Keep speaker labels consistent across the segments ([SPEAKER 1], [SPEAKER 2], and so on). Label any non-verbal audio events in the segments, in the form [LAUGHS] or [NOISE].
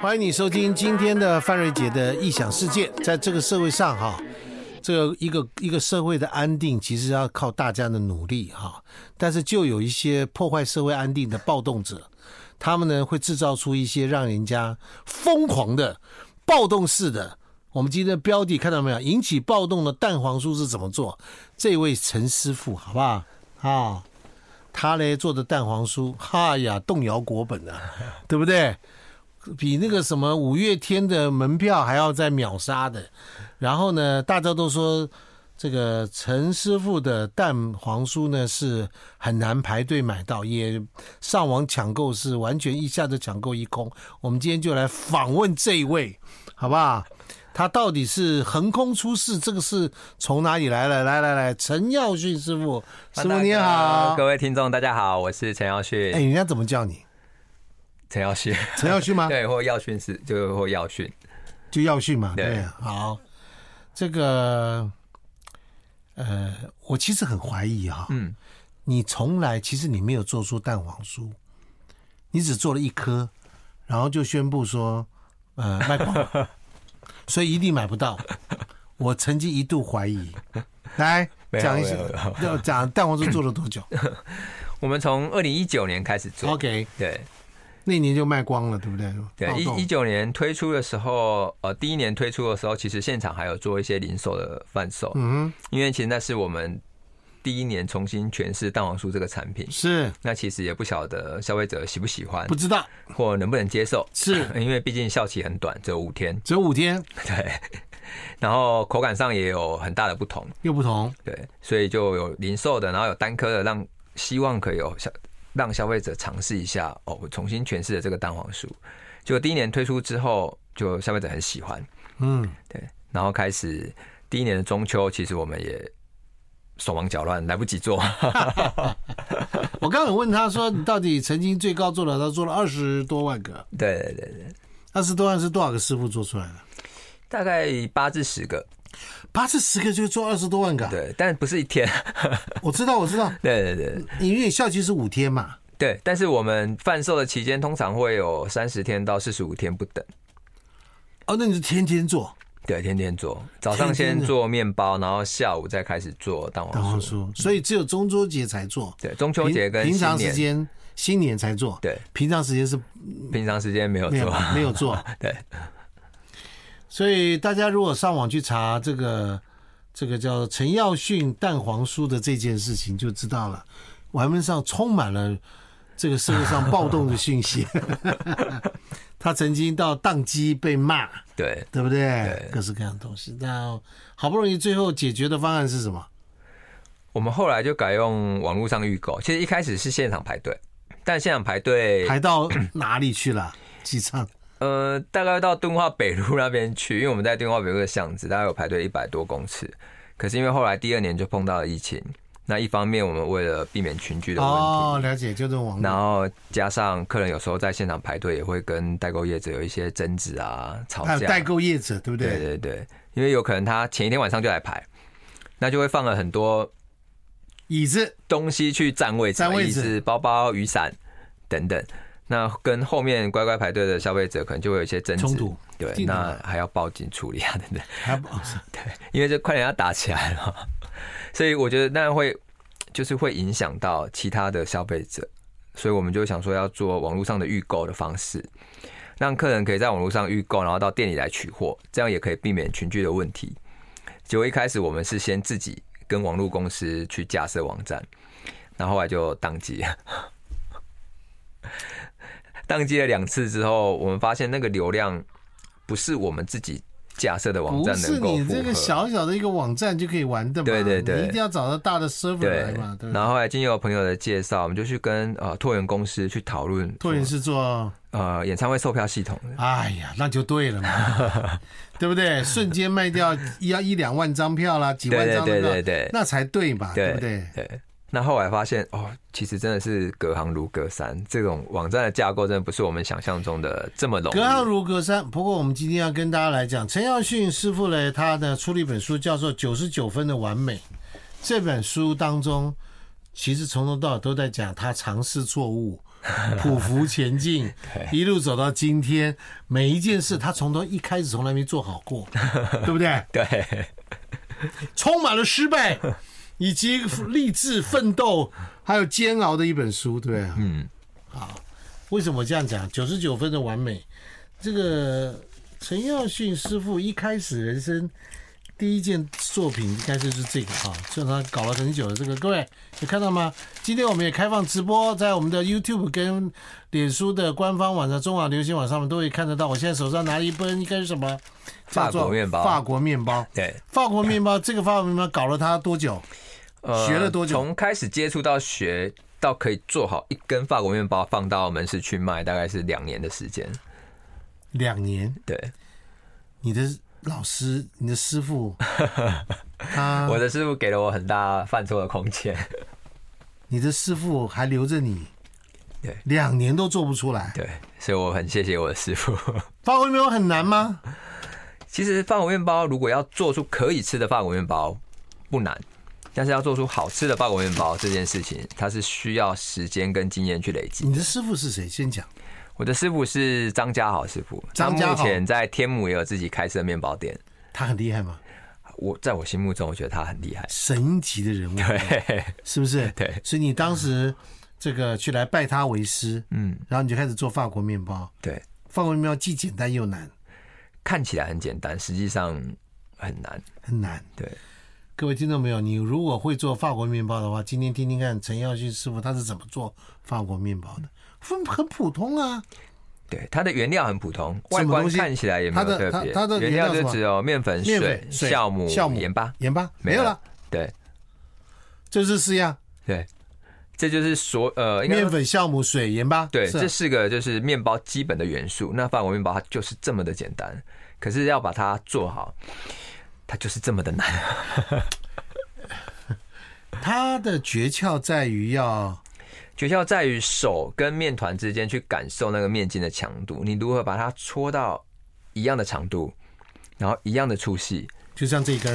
[SPEAKER 1] 欢迎你收听今天的范瑞杰的异想世界。在这个社会上哈，这个一个一个社会的安定，其实要靠大家的努力哈。但是就有一些破坏社会安定的暴动者，他们呢会制造出一些让人家疯狂的暴动式的。我们今天的标题看到没有？引起暴动的蛋黄酥是怎么做？这位陈师傅，好不好？啊，他嘞做的蛋黄酥，哈呀，动摇国本啊， [LAUGHS] 对不对？比那个什么五月天的门票还要再秒杀的。然后呢，大家都说这个陈师傅的蛋黄酥呢是很难排队买到，也上网抢购是完全一下子抢购一空。我们今天就来访问这一位，好不好？他到底是横空出世，这个是从哪里来的？来来来，陈耀迅师傅，师傅你好。
[SPEAKER 2] 各位听众大家好，我是陈耀
[SPEAKER 1] 哎，
[SPEAKER 2] 迅，
[SPEAKER 1] 人家怎么叫
[SPEAKER 2] [LAUGHS]
[SPEAKER 1] 你？
[SPEAKER 2] 陈耀迅，
[SPEAKER 1] 陈耀迅吗？
[SPEAKER 2] [LAUGHS] 对，或耀迅是就或耀迅，
[SPEAKER 1] 就要训嘛，
[SPEAKER 2] 对
[SPEAKER 1] 对，好，这个，呃，我其实很怀疑哈、
[SPEAKER 2] 嗯，
[SPEAKER 1] 你从来其实你没有做出蛋黄酥，你只做了一颗，然后就宣布说，呃，卖光
[SPEAKER 2] [LAUGHS]
[SPEAKER 1] 了，所以一定买不到。我曾经一度怀
[SPEAKER 2] [LAUGHS]
[SPEAKER 1] 疑，来
[SPEAKER 2] 没有
[SPEAKER 1] 讲一下
[SPEAKER 2] 没有没，
[SPEAKER 1] 要讲蛋黄酥做了多久
[SPEAKER 2] 我们从二零一九年开始做，
[SPEAKER 1] ？OK，
[SPEAKER 2] [LAUGHS] 对
[SPEAKER 1] 那年就卖光了，对不对？
[SPEAKER 2] 对，
[SPEAKER 1] 暴动
[SPEAKER 2] 一一九年推出的时候，呃，第一年推出的时候，其实现场还有做一些零售的贩售，
[SPEAKER 1] 嗯
[SPEAKER 2] 因为其实那是我们第一年重新诠释蛋黄酥这个产品
[SPEAKER 1] 哼，，是
[SPEAKER 2] 那其实也不晓得消费者喜不喜欢
[SPEAKER 1] 不知道，
[SPEAKER 2] 或能不能接受，
[SPEAKER 1] 是
[SPEAKER 2] [LAUGHS] 因为毕竟效期很短，只有五天，
[SPEAKER 1] 只有五天
[SPEAKER 2] 对，然后口感上也有很大的不同。
[SPEAKER 1] 又不同，
[SPEAKER 2] 对，所以就有零售的，然后有单颗的，让希望可以有消让消费者尝试一下哦，我重新诠释了这个蛋黄酥。就第一年推出之后，就消费者很喜欢，
[SPEAKER 1] 嗯。
[SPEAKER 2] 对，然后开始第一年的中秋，其实我们也手忙脚乱，来不及做， [LAUGHS]
[SPEAKER 1] 我刚有问他 [LAUGHS] 说，你到底曾经最高做了，他做了二十多万个，
[SPEAKER 2] 对对对对，
[SPEAKER 1] 二十多万是多少个师傅做出来的？
[SPEAKER 2] 大概八至十个，
[SPEAKER 1] 八至十个就做二十多万个啊，
[SPEAKER 2] 对，但不是一天， [LAUGHS]
[SPEAKER 1] 我知道，我知道，
[SPEAKER 2] 对对对
[SPEAKER 1] 因为效期是五天嘛，
[SPEAKER 2] 对，但是我们贩售的期间通常会有三十天到四十五天不等。
[SPEAKER 1] 哦，那你就天天做
[SPEAKER 2] 对，天天做，早上
[SPEAKER 1] 天
[SPEAKER 2] 先
[SPEAKER 1] 天的
[SPEAKER 2] 做面包，然后下午再开始做蛋
[SPEAKER 1] 蛋
[SPEAKER 2] 黄
[SPEAKER 1] 黄
[SPEAKER 2] 酥。
[SPEAKER 1] 酥，所以只有中秋节才做，
[SPEAKER 2] 对，中秋节跟
[SPEAKER 1] 平平
[SPEAKER 2] 新
[SPEAKER 1] 常时
[SPEAKER 2] 年，
[SPEAKER 1] 间新年才做，
[SPEAKER 2] 对，
[SPEAKER 1] 平常时间是
[SPEAKER 2] 平常时间没有
[SPEAKER 1] 没有
[SPEAKER 2] 做。
[SPEAKER 1] 没有做，
[SPEAKER 2] [LAUGHS] 对，
[SPEAKER 1] 所以大家如果上网去查这个这个叫陈耀迅蛋黄酥的这件事情，就知道了。网面上充满了这个社会上暴动的讯息。 [LAUGHS] 他曾经到宕机被骂，
[SPEAKER 2] 对，
[SPEAKER 1] 对不对？各式各样的东西。那好不容易最后解决的方案是什么？
[SPEAKER 2] 我们后来就改用网络上预购。其实一开始是现场排队，但现场排队，
[SPEAKER 1] 排到哪里去了？几场？
[SPEAKER 2] 呃，大概到敦化北路那边去，因为我们在敦化北路的巷子，大概有排队一百多公尺。可是因为后来第二年就碰到了疫情，那一方面我们为了避免群聚的问题，
[SPEAKER 1] 哦，了解，就这种网
[SPEAKER 2] 然
[SPEAKER 1] 络。
[SPEAKER 2] 后加上客人有时候在现场排队，也会跟代购业者有一些争执啊、吵
[SPEAKER 1] 还有
[SPEAKER 2] 架。
[SPEAKER 1] 代购业者，对不
[SPEAKER 2] 对
[SPEAKER 1] 对？
[SPEAKER 2] 对对，因为有可能他前一天晚上就来排，那就会放了很多
[SPEAKER 1] 椅子
[SPEAKER 2] 东西去占位置，
[SPEAKER 1] 占位置
[SPEAKER 2] 椅子、包包、雨伞等等。那跟后面乖乖排队的消费者可能就会有一些争执
[SPEAKER 1] 冲突，一
[SPEAKER 2] 对，
[SPEAKER 1] 定的
[SPEAKER 2] 那还要报警处理啊等等，
[SPEAKER 1] 还哦不
[SPEAKER 2] 因为这快点要打起来了，所以我觉得那会就是会影响到其他的消费者，所以我们就想说要做网络上的预购的方式，让客人可以在网络上预购，然后到店里来取货，这样也可以避免群聚的问题。结果一开始我们是先自己跟网络公司去架设网站，然后后来就宕机。宕机了两次之后，我们发现那个流量不是我们自己架设的网
[SPEAKER 1] 不
[SPEAKER 2] 站能
[SPEAKER 1] 是
[SPEAKER 2] 够
[SPEAKER 1] 你
[SPEAKER 2] 负
[SPEAKER 1] 这个
[SPEAKER 2] 荷。
[SPEAKER 1] 小小的一个网站就可以玩的嘛？
[SPEAKER 2] 对对对
[SPEAKER 1] 你一定要找到大的 server 来
[SPEAKER 2] 对
[SPEAKER 1] 嘛，对，不对？
[SPEAKER 2] 然后后来经由朋友的介绍，我们就去跟呃拓元公司去讨论
[SPEAKER 1] 拓元是做，
[SPEAKER 2] 呃演唱会售票系统。
[SPEAKER 1] 哎呀，那就对了嘛，
[SPEAKER 2] [LAUGHS]
[SPEAKER 1] 对不对？瞬间卖掉一要一两万张票啦，几万
[SPEAKER 2] 对对
[SPEAKER 1] 张的
[SPEAKER 2] 对
[SPEAKER 1] 票，
[SPEAKER 2] 对对
[SPEAKER 1] 那才对嘛，对
[SPEAKER 2] 对
[SPEAKER 1] 不对？
[SPEAKER 2] 对。那后来发现哦，其实真的是隔行如隔山，这种网站的架构真的不是我们想象中的这么容易。
[SPEAKER 1] 隔行如隔山。不过我们今天要跟大家来讲，陈耀迅师傅呢，他呢出了一本书，叫做《九十九分的完美》。这本书当中，其实从头到尾都在讲他尝试错误，匍匐前进，一路走到今天，每一件事他从头一开始从来没做好过，对不对？
[SPEAKER 2] 对， [LAUGHS]
[SPEAKER 1] 充满了失败， [LAUGHS] 以及励志奋斗，还有煎熬的一本书，对啊，嗯，好，为什么这样讲？九十九分的完美，这个陈耀迅师傅一开始人生第一件作品应该就是这个啊，虽然他搞了很久的这个，各位有看到吗？今天我们也开放直播，在我们的 YouTube 跟脸书的官方网站、中网流行网上面都可以看得到。我现在手上拿一根应该是什么？
[SPEAKER 2] 法国
[SPEAKER 1] 叫做
[SPEAKER 2] 面包
[SPEAKER 1] 法国面包，
[SPEAKER 2] 对，
[SPEAKER 1] 法国面包，这个法国面包搞了他多久？[LAUGHS]
[SPEAKER 2] 呃
[SPEAKER 1] 学了多久
[SPEAKER 2] 从开始接触到学到可以做好一根法国面包放到门市去卖，大概是两年的时间。
[SPEAKER 1] 两年。
[SPEAKER 2] 对，
[SPEAKER 1] 你的老师，你的师
[SPEAKER 2] [LAUGHS]
[SPEAKER 1] 傅，他，
[SPEAKER 2] 我的师傅给了我很大犯错的空间。 [LAUGHS]
[SPEAKER 1] 你的师傅还留着你
[SPEAKER 2] 对，
[SPEAKER 1] 两年都做不出来。
[SPEAKER 2] 对，所以我很谢谢我的师傅。
[SPEAKER 1] 法国面包很难吗？
[SPEAKER 2] 其实法国面包如果要做出可以吃的法国面包不难，但是要做出好吃的法国面包这件事情，它是需要时间跟经验去累积。
[SPEAKER 1] 你的师傅是谁？先讲。
[SPEAKER 2] 我的师傅是张家豪师傅，他
[SPEAKER 1] 张家豪
[SPEAKER 2] 目前在天母也有自己开设面包店。
[SPEAKER 1] 他很厉害吗？
[SPEAKER 2] 我在我心目中，我觉得他很厉害。
[SPEAKER 1] 神级的人物，
[SPEAKER 2] 对，
[SPEAKER 1] 是不是？
[SPEAKER 2] 对
[SPEAKER 1] 所以你当时这个去来拜他为师，
[SPEAKER 2] 嗯，
[SPEAKER 1] 然后你就开始做法国面包。
[SPEAKER 2] 对，
[SPEAKER 1] 法国面包既简单又难，
[SPEAKER 2] 看起来很简单，实际上很难。
[SPEAKER 1] 很难。
[SPEAKER 2] 对，
[SPEAKER 1] 各位听众朋友，你如果会做法国面包的话，今天听听看陈耀迅师傅他是怎么做法国面包的，很很普通啊，
[SPEAKER 2] 对，它的原料很普通，
[SPEAKER 1] 什
[SPEAKER 2] 外
[SPEAKER 1] 么
[SPEAKER 2] 观
[SPEAKER 1] 东西
[SPEAKER 2] 看起来也没有
[SPEAKER 1] 它的
[SPEAKER 2] 特别。
[SPEAKER 1] 它它的
[SPEAKER 2] 原
[SPEAKER 1] 原料是
[SPEAKER 2] 料就
[SPEAKER 1] 什么
[SPEAKER 2] 只有面粉、
[SPEAKER 1] 面粉、水、
[SPEAKER 2] 酵母、
[SPEAKER 1] 酵母、
[SPEAKER 2] 盐巴，
[SPEAKER 1] 盐巴没有了，，
[SPEAKER 2] 对
[SPEAKER 1] 就这四样：
[SPEAKER 2] 对，这就是所呃，应该
[SPEAKER 1] 面
[SPEAKER 2] 说
[SPEAKER 1] 粉、酵母、水、盐巴。
[SPEAKER 2] 对，
[SPEAKER 1] 是啊
[SPEAKER 2] 这四个就是面包基本的元素。那法国面包它就是这么的简单，可是要把它做好，它就是这么的难。
[SPEAKER 1] 它的诀窍在于要
[SPEAKER 2] 诀窍在于手跟面团之间去感受那个面筋的强度，你如何把它搓到一样的长度，然后一样的粗细。
[SPEAKER 1] 就像这根，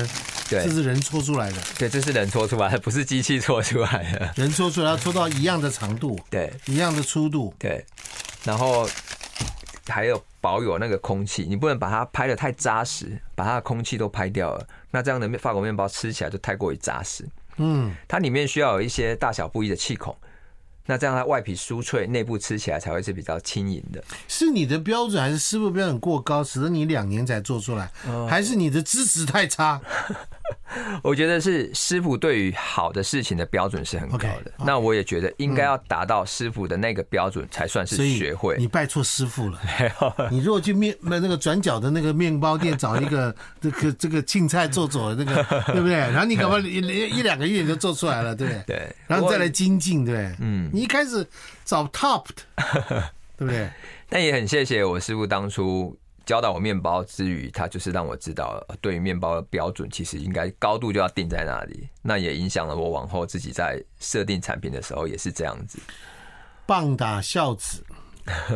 [SPEAKER 2] 对
[SPEAKER 1] 这是人搓出来的，
[SPEAKER 2] 对，这是人搓出来的，不是机器搓出来的。
[SPEAKER 1] 人搓出来要搓到一样的长度，
[SPEAKER 2] 对
[SPEAKER 1] 一样的粗度，
[SPEAKER 2] 对，然后还有保有那个空气，你不能把它拍的太扎实，把它的空气都拍掉了。那这样的面法国面包吃起来就太过于扎实。
[SPEAKER 1] 嗯，
[SPEAKER 2] 它里面需要有一些大小不一的气孔，那这样它外皮酥脆，内部吃起来才会是比较轻盈的。
[SPEAKER 1] 是你的标准还是师傅标准过高，使得你两年才做出来，
[SPEAKER 2] 哦
[SPEAKER 1] 还是你的资质太差？
[SPEAKER 2] 我觉得是师傅对于好的事情的标准是很高
[SPEAKER 1] OK，嗯
[SPEAKER 2] 的。那我也觉得应该要达到师傅的那个标准才算
[SPEAKER 1] 所
[SPEAKER 2] 是
[SPEAKER 1] 以
[SPEAKER 2] 学会。
[SPEAKER 1] 你拜错师傅了。 [LAUGHS] 你如果去面那个转角的那个面包店找一个 [LAUGHS] 这个这个青菜做做那 [LAUGHS] 个，对不对？然后你搞不好一一一两个月你就做出来了， [LAUGHS] 对不对？
[SPEAKER 2] [LAUGHS] 对
[SPEAKER 1] 然后再来精进，对不对？嗯，你一开始找 top [LAUGHS] 的，对不对？
[SPEAKER 2] 但也很谢谢我师傅当初教导我面包之余，他就是让我知道，呃对于面包的标准其实应该高度就要定在那里。那也影响了我往后自己在设定产品的时候也是这样子。
[SPEAKER 1] 棒打孝子，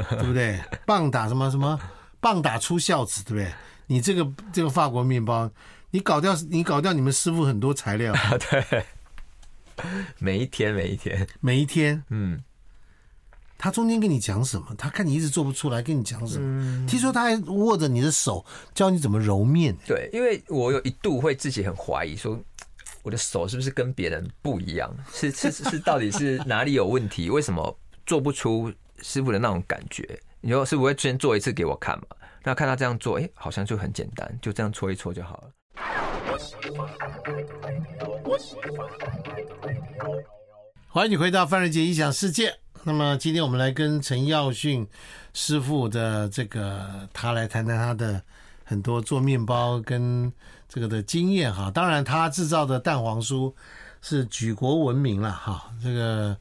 [SPEAKER 1] 对不 [LAUGHS] 对？棒打什么什么？棒打出孝子，对不对？你这个这个法国面包，你搞掉你搞掉你们师傅很多材料，
[SPEAKER 2] 啊，对，每一天每一天，
[SPEAKER 1] 每一天，
[SPEAKER 2] 嗯，
[SPEAKER 1] 他中间跟你讲什么？他看你一直做不出来，跟你讲什么？听说他还握着你的手，教你怎么揉面。
[SPEAKER 2] 对，因为我有一度会自己很怀疑说。我的手是不是跟别人不一样？是是是，是到底是哪里有问题？为什么做不出师傅的那种感觉？你说师傅会先做一次给我看嘛？那看他这样做，哎、好像就很简单，就这样搓一搓就好了。
[SPEAKER 1] 欢迎你回到范瑞杰异想世界。那么今天我们来跟陈耀迅师傅的这个，他来谈谈他的很多做面包跟这个的经验哈。当然，他制造的蛋黄酥是举国闻名了哈。这个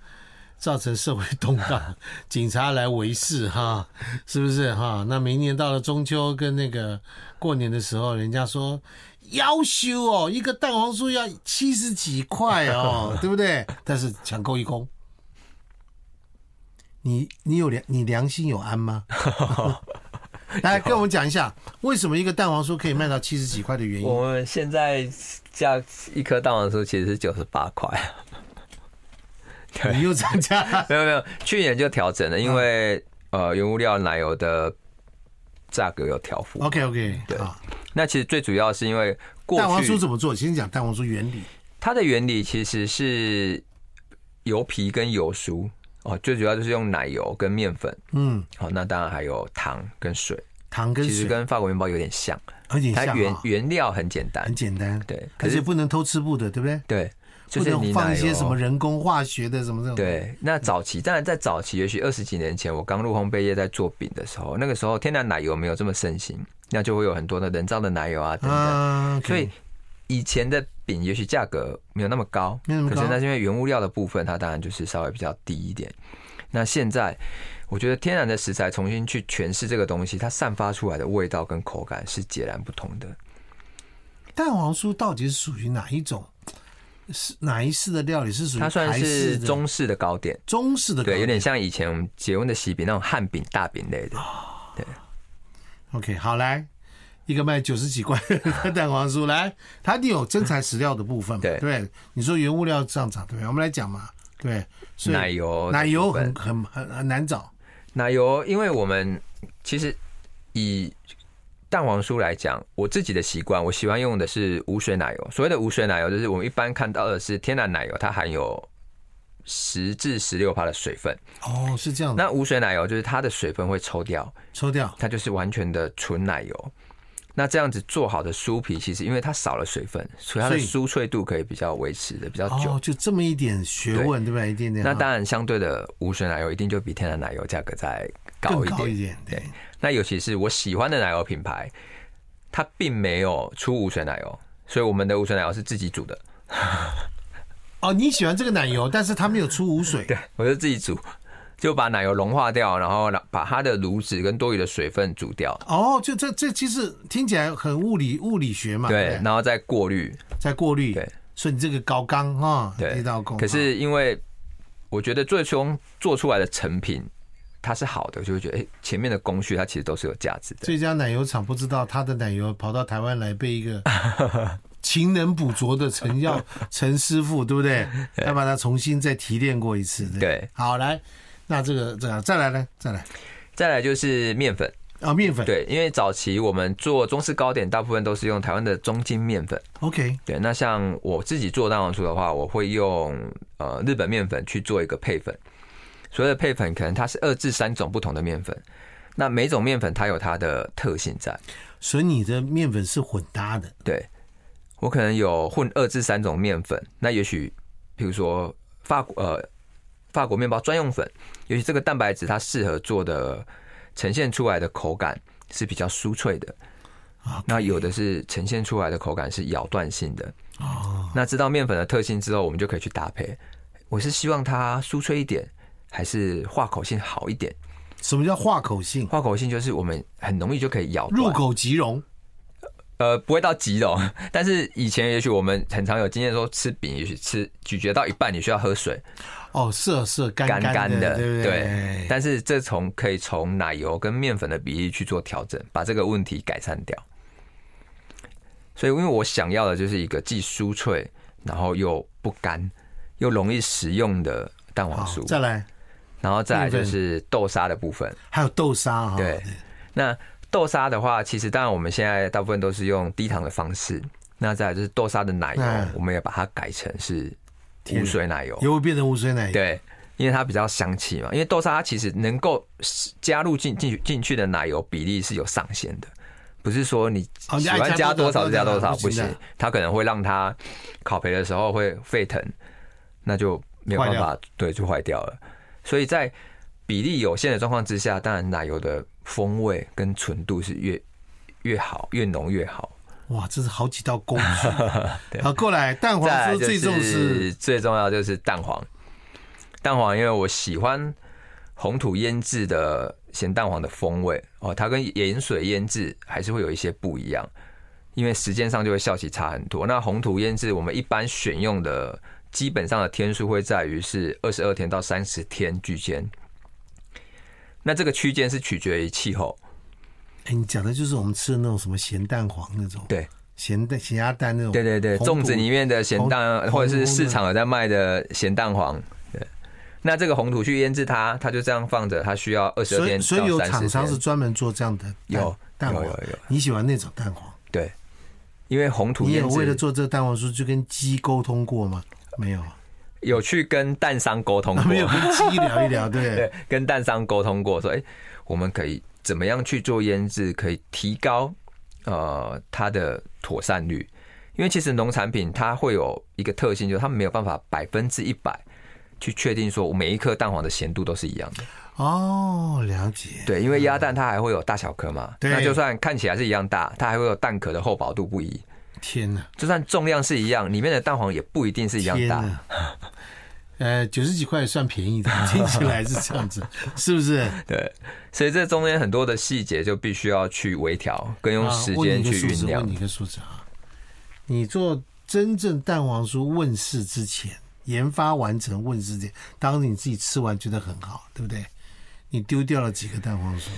[SPEAKER 1] 造成社会动荡，警察来围视哈，是不是哈？那明年到了中秋跟那个过年的时候，人家说要修哦，一个蛋黄酥要七十几块哦，对不对？但是抢购一空，你你有良你良心有安吗？来跟我们讲一下，为什么一个蛋黄酥可以卖到七十几块的原因？
[SPEAKER 2] 我们现在价一颗蛋黄酥其实是九十八块，
[SPEAKER 1] 你又涨价了，
[SPEAKER 2] [LAUGHS] 没有没有，去年就调整了，因为呃原物料奶油的价格有调幅。
[SPEAKER 1] OK OK，
[SPEAKER 2] 对
[SPEAKER 1] 啊，
[SPEAKER 2] 那其实最主要是因为
[SPEAKER 1] 蛋
[SPEAKER 2] 过
[SPEAKER 1] 黄酥
[SPEAKER 2] 去
[SPEAKER 1] 怎么做？先讲蛋黄酥原理。
[SPEAKER 2] 它的原理其实是油皮跟油酥哦，最主要就是用奶油跟面粉，
[SPEAKER 1] 嗯，
[SPEAKER 2] 好、那当然还有糖跟水，
[SPEAKER 1] 糖跟
[SPEAKER 2] 其实
[SPEAKER 1] 水
[SPEAKER 2] 跟法国面包有点像，
[SPEAKER 1] 有点
[SPEAKER 2] 它
[SPEAKER 1] 像
[SPEAKER 2] 原
[SPEAKER 1] 啊，
[SPEAKER 2] 原料很简单
[SPEAKER 1] 很，简单。
[SPEAKER 2] 对，可
[SPEAKER 1] 而且
[SPEAKER 2] 是
[SPEAKER 1] 不能偷吃不得，对不对？
[SPEAKER 2] 对，就
[SPEAKER 1] 不
[SPEAKER 2] 是
[SPEAKER 1] 能
[SPEAKER 2] 你
[SPEAKER 1] 放
[SPEAKER 2] 奶
[SPEAKER 1] 一些
[SPEAKER 2] 油
[SPEAKER 1] 什么人工化学的什么这种。，
[SPEAKER 2] 对，那早期当然在早期，也许二十几年前，我刚入烘焙业在做饼的时候，那个时候天然奶油没有这么盛行，那就会有很多的人造的奶油啊等等。
[SPEAKER 1] 啊，OK，
[SPEAKER 2] 所以以前的饼也许价格没有那么高，
[SPEAKER 1] 没有那么
[SPEAKER 2] 可是
[SPEAKER 1] 高
[SPEAKER 2] 那是因为原物料的部分，它当然就是稍微比较低一点。那现在我觉得天然的食材重新去诠释这个东西，它散发出来的味道跟口感是截然不同的。
[SPEAKER 1] 嗯蛋黄酥到底是属于哪一种？是哪一式的料理？是属于
[SPEAKER 2] 它算
[SPEAKER 1] 台式
[SPEAKER 2] 是
[SPEAKER 1] 的
[SPEAKER 2] 中式的糕点，
[SPEAKER 1] 中式的糕
[SPEAKER 2] 对，有
[SPEAKER 1] 点？
[SPEAKER 2] 点像以前我们结婚的喜饼那种汉饼、大饼类的。
[SPEAKER 1] OK，好来。一个卖九十几块的蛋黄酥，来，它一定有真材实料的部分嘛？
[SPEAKER 2] [LAUGHS] 对
[SPEAKER 1] 对，你说原物料上涨，对不对？我们来讲嘛，对，所以
[SPEAKER 2] 奶油的
[SPEAKER 1] 奶油
[SPEAKER 2] 部分
[SPEAKER 1] 很很很很难找，
[SPEAKER 2] 奶油，因为我们其实以蛋黄酥来讲，我自己的习惯，我喜欢用的是无水奶油。所谓的无水奶油，就是我们一般看到的是天然奶油，它含有十至十六帕的水分。
[SPEAKER 1] 哦，是这样的，
[SPEAKER 2] 那无水奶油就是它的水分会抽掉，
[SPEAKER 1] 抽掉，
[SPEAKER 2] 它就是完全的纯奶油。那这样子做好的酥皮，其实因为它少了水分，所以它的
[SPEAKER 1] 所
[SPEAKER 2] 酥脆度可以比较维持的比较久。
[SPEAKER 1] 哦，就这么一点学问，对不对？一点点，
[SPEAKER 2] 那
[SPEAKER 1] 啊
[SPEAKER 2] 当然，相对的无水奶油一定就比天然奶油价格再高
[SPEAKER 1] 更
[SPEAKER 2] 一
[SPEAKER 1] 高
[SPEAKER 2] 点
[SPEAKER 1] 一。点，对，
[SPEAKER 2] 那尤其是我喜欢的奶油品牌，它并没有出无水奶油，所以我们的无水奶油是自己煮的。
[SPEAKER 1] 哦，你喜欢这个奶油，但是它没有出无水，
[SPEAKER 2] 对，我就自己煮，就把奶油融化掉，然后让把它的卤脂跟多余的水分煮掉。
[SPEAKER 1] 哦，就这这其实听起来很物理物理学嘛，
[SPEAKER 2] 对，
[SPEAKER 1] 不
[SPEAKER 2] 然后再过滤。
[SPEAKER 1] 再过滤，
[SPEAKER 2] 对，
[SPEAKER 1] 所以你这个高纲啊，
[SPEAKER 2] 对
[SPEAKER 1] 一道工，
[SPEAKER 2] 可是因为我觉得最终做出来的成品它是好的，我就会觉得哎、诶前面的工序它其实都是有价值的。
[SPEAKER 1] 这家奶油厂不知道他的奶油跑到台湾来被一
[SPEAKER 2] [LAUGHS]
[SPEAKER 1] 个勤能补拙的陈耀陈师傅，对不
[SPEAKER 2] [LAUGHS]
[SPEAKER 1] 对？他把它重新再提炼过一次。不
[SPEAKER 2] 对，
[SPEAKER 1] 好来，那这个这个再来呢？再来
[SPEAKER 2] 再来就是面粉，
[SPEAKER 1] 啊，面粉。
[SPEAKER 2] 对，因为早期我们做中式糕点，大部分都是用台湾的中筋面粉。
[SPEAKER 1] ，OK，
[SPEAKER 2] 对，那像我自己做蛋黄酥的话，我会用呃日本面粉去做一个配粉。所谓的配粉，可能它是二至三种不同的面粉，那每种面粉它有它的特性在。
[SPEAKER 1] 所以你的面粉是混搭的，
[SPEAKER 2] 对我可能有混二至三种面粉，那也许比如说法国呃法国面包专用粉，也许这个蛋白质它适合做的呈现出来的口感是比较酥脆的。
[SPEAKER 1] 啊 OK
[SPEAKER 2] 那有的是呈现出来的口感是咬断性的。那知道面粉的特性之后，我们就可以去搭配。我是希望它酥脆一点，还是化口性好一点？
[SPEAKER 1] 什么叫化口性？
[SPEAKER 2] 化口性就是我们很容易就可以咬断
[SPEAKER 1] 入口即溶。
[SPEAKER 2] 呃，不会到急的、哦， [LAUGHS] 但是以前也许我们很常有经验说，吃饼也许吃咀嚼到一半，你需要喝水，
[SPEAKER 1] 哦，涩涩干
[SPEAKER 2] 干干
[SPEAKER 1] 的，
[SPEAKER 2] 的，
[SPEAKER 1] 对不
[SPEAKER 2] 对。但是这从可以从奶油跟面粉的比例去做调整，把这个问题改善掉。所以，因为我想要的就是一个既酥脆，然后又不干，又容易食用的蛋黄
[SPEAKER 1] 好，
[SPEAKER 2] 酥，
[SPEAKER 1] 再来，
[SPEAKER 2] 然后再来
[SPEAKER 1] 面
[SPEAKER 2] 就
[SPEAKER 1] 粉
[SPEAKER 2] 是豆沙的部分。
[SPEAKER 1] 还有豆沙哈，
[SPEAKER 2] 对，那豆沙的话，其实当然我们现在大部分都是用低糖的方式。那再来就是豆沙的奶油，
[SPEAKER 1] 嗯
[SPEAKER 2] 我们也把它改成是
[SPEAKER 1] 天
[SPEAKER 2] 无
[SPEAKER 1] 哪
[SPEAKER 2] 水奶油，
[SPEAKER 1] 又会变成无水奶油。
[SPEAKER 2] 对，因为它比较香气嘛。因为豆沙它其实能够加入进进进去的奶油比例是有上限的，不是说你
[SPEAKER 1] 哦你
[SPEAKER 2] 喜
[SPEAKER 1] 爱
[SPEAKER 2] 欢
[SPEAKER 1] 加
[SPEAKER 2] 加
[SPEAKER 1] 多
[SPEAKER 2] 多
[SPEAKER 1] 少
[SPEAKER 2] 少就加
[SPEAKER 1] 多
[SPEAKER 2] 多
[SPEAKER 1] 少
[SPEAKER 2] 少，
[SPEAKER 1] 不
[SPEAKER 2] 不
[SPEAKER 1] 行的
[SPEAKER 2] 行，它可能会让它烤焙的时候会沸腾，那就没有
[SPEAKER 1] 坏
[SPEAKER 2] 办
[SPEAKER 1] 掉
[SPEAKER 2] 法，对，就坏掉了。所以在比例有限的状况之下，当然奶油的风味跟纯度是越越好，越浓越好。
[SPEAKER 1] 哇，这是好几道工
[SPEAKER 2] [LAUGHS]
[SPEAKER 1] 具。好，过来，蛋黄
[SPEAKER 2] 再来
[SPEAKER 1] 酥
[SPEAKER 2] 就
[SPEAKER 1] 最重视
[SPEAKER 2] 是最重要就是蛋黄，蛋黄因为我喜欢红土腌制的咸蛋黄的风味哦，它跟盐水腌制还是会有一些不一样，因为时间上就会效期差很多。那红土腌制我们一般选用的基本上的天数会在于是二十二天到三十天之间，那这个区间是取决于气候，
[SPEAKER 1] 哎、你讲的就是我们吃的那种什么咸蛋黄那种，
[SPEAKER 2] 对
[SPEAKER 1] 咸蛋咸鸭蛋那种，
[SPEAKER 2] 对对对，
[SPEAKER 1] 哦红土
[SPEAKER 2] 粽子里面的咸
[SPEAKER 1] 红
[SPEAKER 2] 蛋
[SPEAKER 1] 红
[SPEAKER 2] 或
[SPEAKER 1] 红
[SPEAKER 2] 者是
[SPEAKER 1] 红
[SPEAKER 2] 市
[SPEAKER 1] 的
[SPEAKER 2] 场有在卖的咸蛋黄。那这个红土去腌制它，它就这样放着，它需要二十二
[SPEAKER 1] 所以
[SPEAKER 2] 天
[SPEAKER 1] 所以
[SPEAKER 2] 到
[SPEAKER 1] 有
[SPEAKER 2] 三
[SPEAKER 1] 厂商是
[SPEAKER 2] 十天。
[SPEAKER 1] 专门做这样的蛋
[SPEAKER 2] 有
[SPEAKER 1] 蛋
[SPEAKER 2] 有
[SPEAKER 1] 黄
[SPEAKER 2] 有有，
[SPEAKER 1] 你喜欢那种蛋黄？
[SPEAKER 2] 对，因为红土
[SPEAKER 1] 你
[SPEAKER 2] 腌
[SPEAKER 1] 有为了
[SPEAKER 2] 制
[SPEAKER 1] 做这个蛋黄酥去跟鸡沟通过吗？没
[SPEAKER 2] [LAUGHS]
[SPEAKER 1] 有，啊
[SPEAKER 2] 有去跟蛋商沟通过，
[SPEAKER 1] 没有跟鸡聊一聊，
[SPEAKER 2] 对
[SPEAKER 1] 对，，
[SPEAKER 2] 跟蛋商沟通过，说，哎、我们可以怎么样去做腌制，可以提高呃它的妥善率，因为其实农产品它会有一个特性，就是它没有办法百分之一百去确定说每一颗蛋黄的咸度都是一样的，
[SPEAKER 1] 哦，了解，
[SPEAKER 2] 对，因为鸭蛋它还会有大小颗嘛，
[SPEAKER 1] 对
[SPEAKER 2] 那就算看起来是一样大，它还会有蛋壳的厚薄度不一，
[SPEAKER 1] 天哪，
[SPEAKER 2] 就算重量是一样，里面的蛋黄也不一定是一样
[SPEAKER 1] 天
[SPEAKER 2] 大，
[SPEAKER 1] 哪，呃，九十几块也算便宜的， [LAUGHS] 听起来是这样子，是不是？
[SPEAKER 2] 对，所以这中间很多的细节就必须要去微调，跟用
[SPEAKER 1] 啊
[SPEAKER 2] 时
[SPEAKER 1] 问
[SPEAKER 2] 间
[SPEAKER 1] 你一个
[SPEAKER 2] 去
[SPEAKER 1] 数字
[SPEAKER 2] 酝酿
[SPEAKER 1] 问你。一个数字啊，你做真正蛋黄酥问世之前，研发完成问世之前，当时你自己吃完觉得很好，对不对？你丢掉了几个蛋黄酥？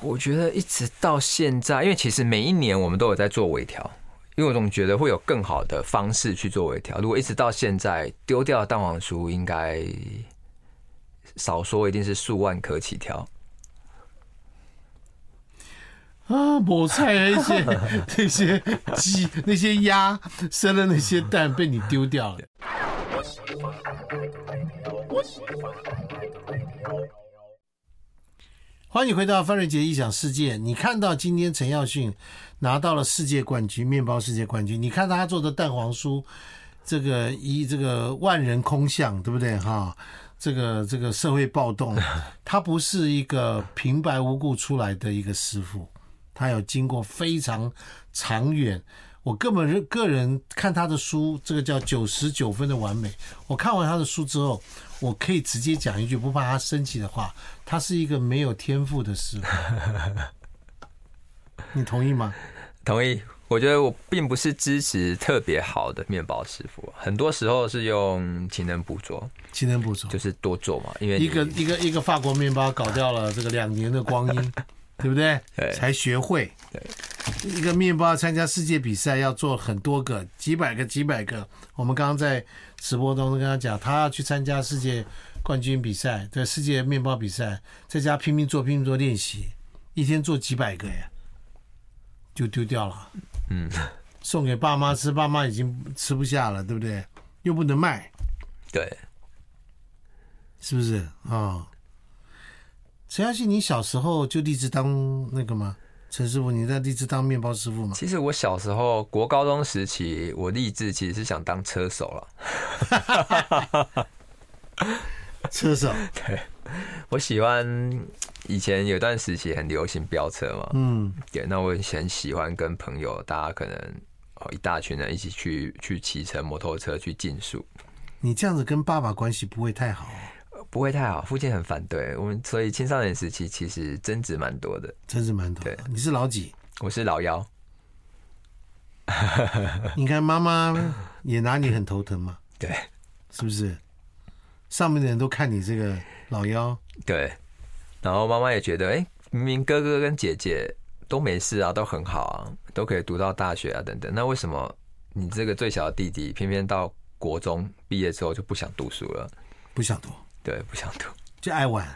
[SPEAKER 2] 我觉得一直到现在，因为其实每一年我们都有在做微调，因为我总觉得会有更好的方式去做微调。如果一直到现在丢掉的蛋黄酥，应该少说一定是数万颗起跳。
[SPEAKER 1] 啊，抹菜的那些那些 [LAUGHS] 鸡、那些鸭生的那些蛋被你丢掉了。欢迎回到范瑞杰异想世界。你看到今天陈耀迅拿到了世界冠军，面包世界冠军。你看他做的蛋黄酥，这个一这个万人空巷，对不对哈？这个这个社会暴动，他不是一个平白无故出来的一个师傅，他有经过非常长远。我个人个人看他的书，这个叫九十九分的完美。我看完他的书之后，我可以直接讲一句不怕他生气的话：他是一个没有天赋的师傅。你同意吗？
[SPEAKER 2] 同意，我觉得我并不是支持特别好的面包师傅，很多时候是用勤能补拙，
[SPEAKER 1] 勤能补拙
[SPEAKER 2] 就，是多做嘛。因为你
[SPEAKER 1] 一个一个一个法国面包搞掉了这个两年的光
[SPEAKER 2] [LAUGHS]
[SPEAKER 1] 阴，对不对？
[SPEAKER 2] 对
[SPEAKER 1] 才学会。
[SPEAKER 2] 对，
[SPEAKER 1] 一个面包参加世界比赛要做很多个，几百个几百个。我们刚刚在直播中跟他讲，他要去参加世界冠军比赛，对世界面包比赛，在家拼命做拼命做练习，一天做几百个呀，就丢掉了。
[SPEAKER 2] 嗯，
[SPEAKER 1] 送给爸妈吃，爸妈已经吃不下了，对不对？又不能卖。
[SPEAKER 2] 对
[SPEAKER 1] 是不是啊？哦陈耀信，你小时候就立志当那个吗？陈师傅，你在立志当面包师傅
[SPEAKER 2] [LAUGHS]
[SPEAKER 1] 吗？
[SPEAKER 2] 其实我小时候国高中时期，我立志其实是想当车手了。
[SPEAKER 1] 车手，
[SPEAKER 2] 啊我喜欢以前有段时期很流行飙车嘛，
[SPEAKER 1] 嗯，
[SPEAKER 2] 对，那我很喜欢跟朋友，大家可能哦一大群人一起去去骑乘摩托车去竞速，
[SPEAKER 1] 你这样子跟爸爸关系不会太好哦、
[SPEAKER 2] 呃不会太好，父亲很反对我们，所以青少年时期其实争执蛮多的。
[SPEAKER 1] 真是蛮头的
[SPEAKER 2] 对。
[SPEAKER 1] 你是老几？
[SPEAKER 2] 我是老幺，
[SPEAKER 1] 你看妈妈也拿你很头疼嘛，
[SPEAKER 2] 对
[SPEAKER 1] 是不是？上面的人都看你这个老幺，
[SPEAKER 2] 对，然后妈妈也觉得，哎、明明哥哥跟姐姐都没事啊，都很好啊，都可以读到大学啊等等，那为什么你这个最小的弟弟偏偏到国中毕业之后就不想读书了？
[SPEAKER 1] 不想读，
[SPEAKER 2] 对，不想读。
[SPEAKER 1] 就爱玩，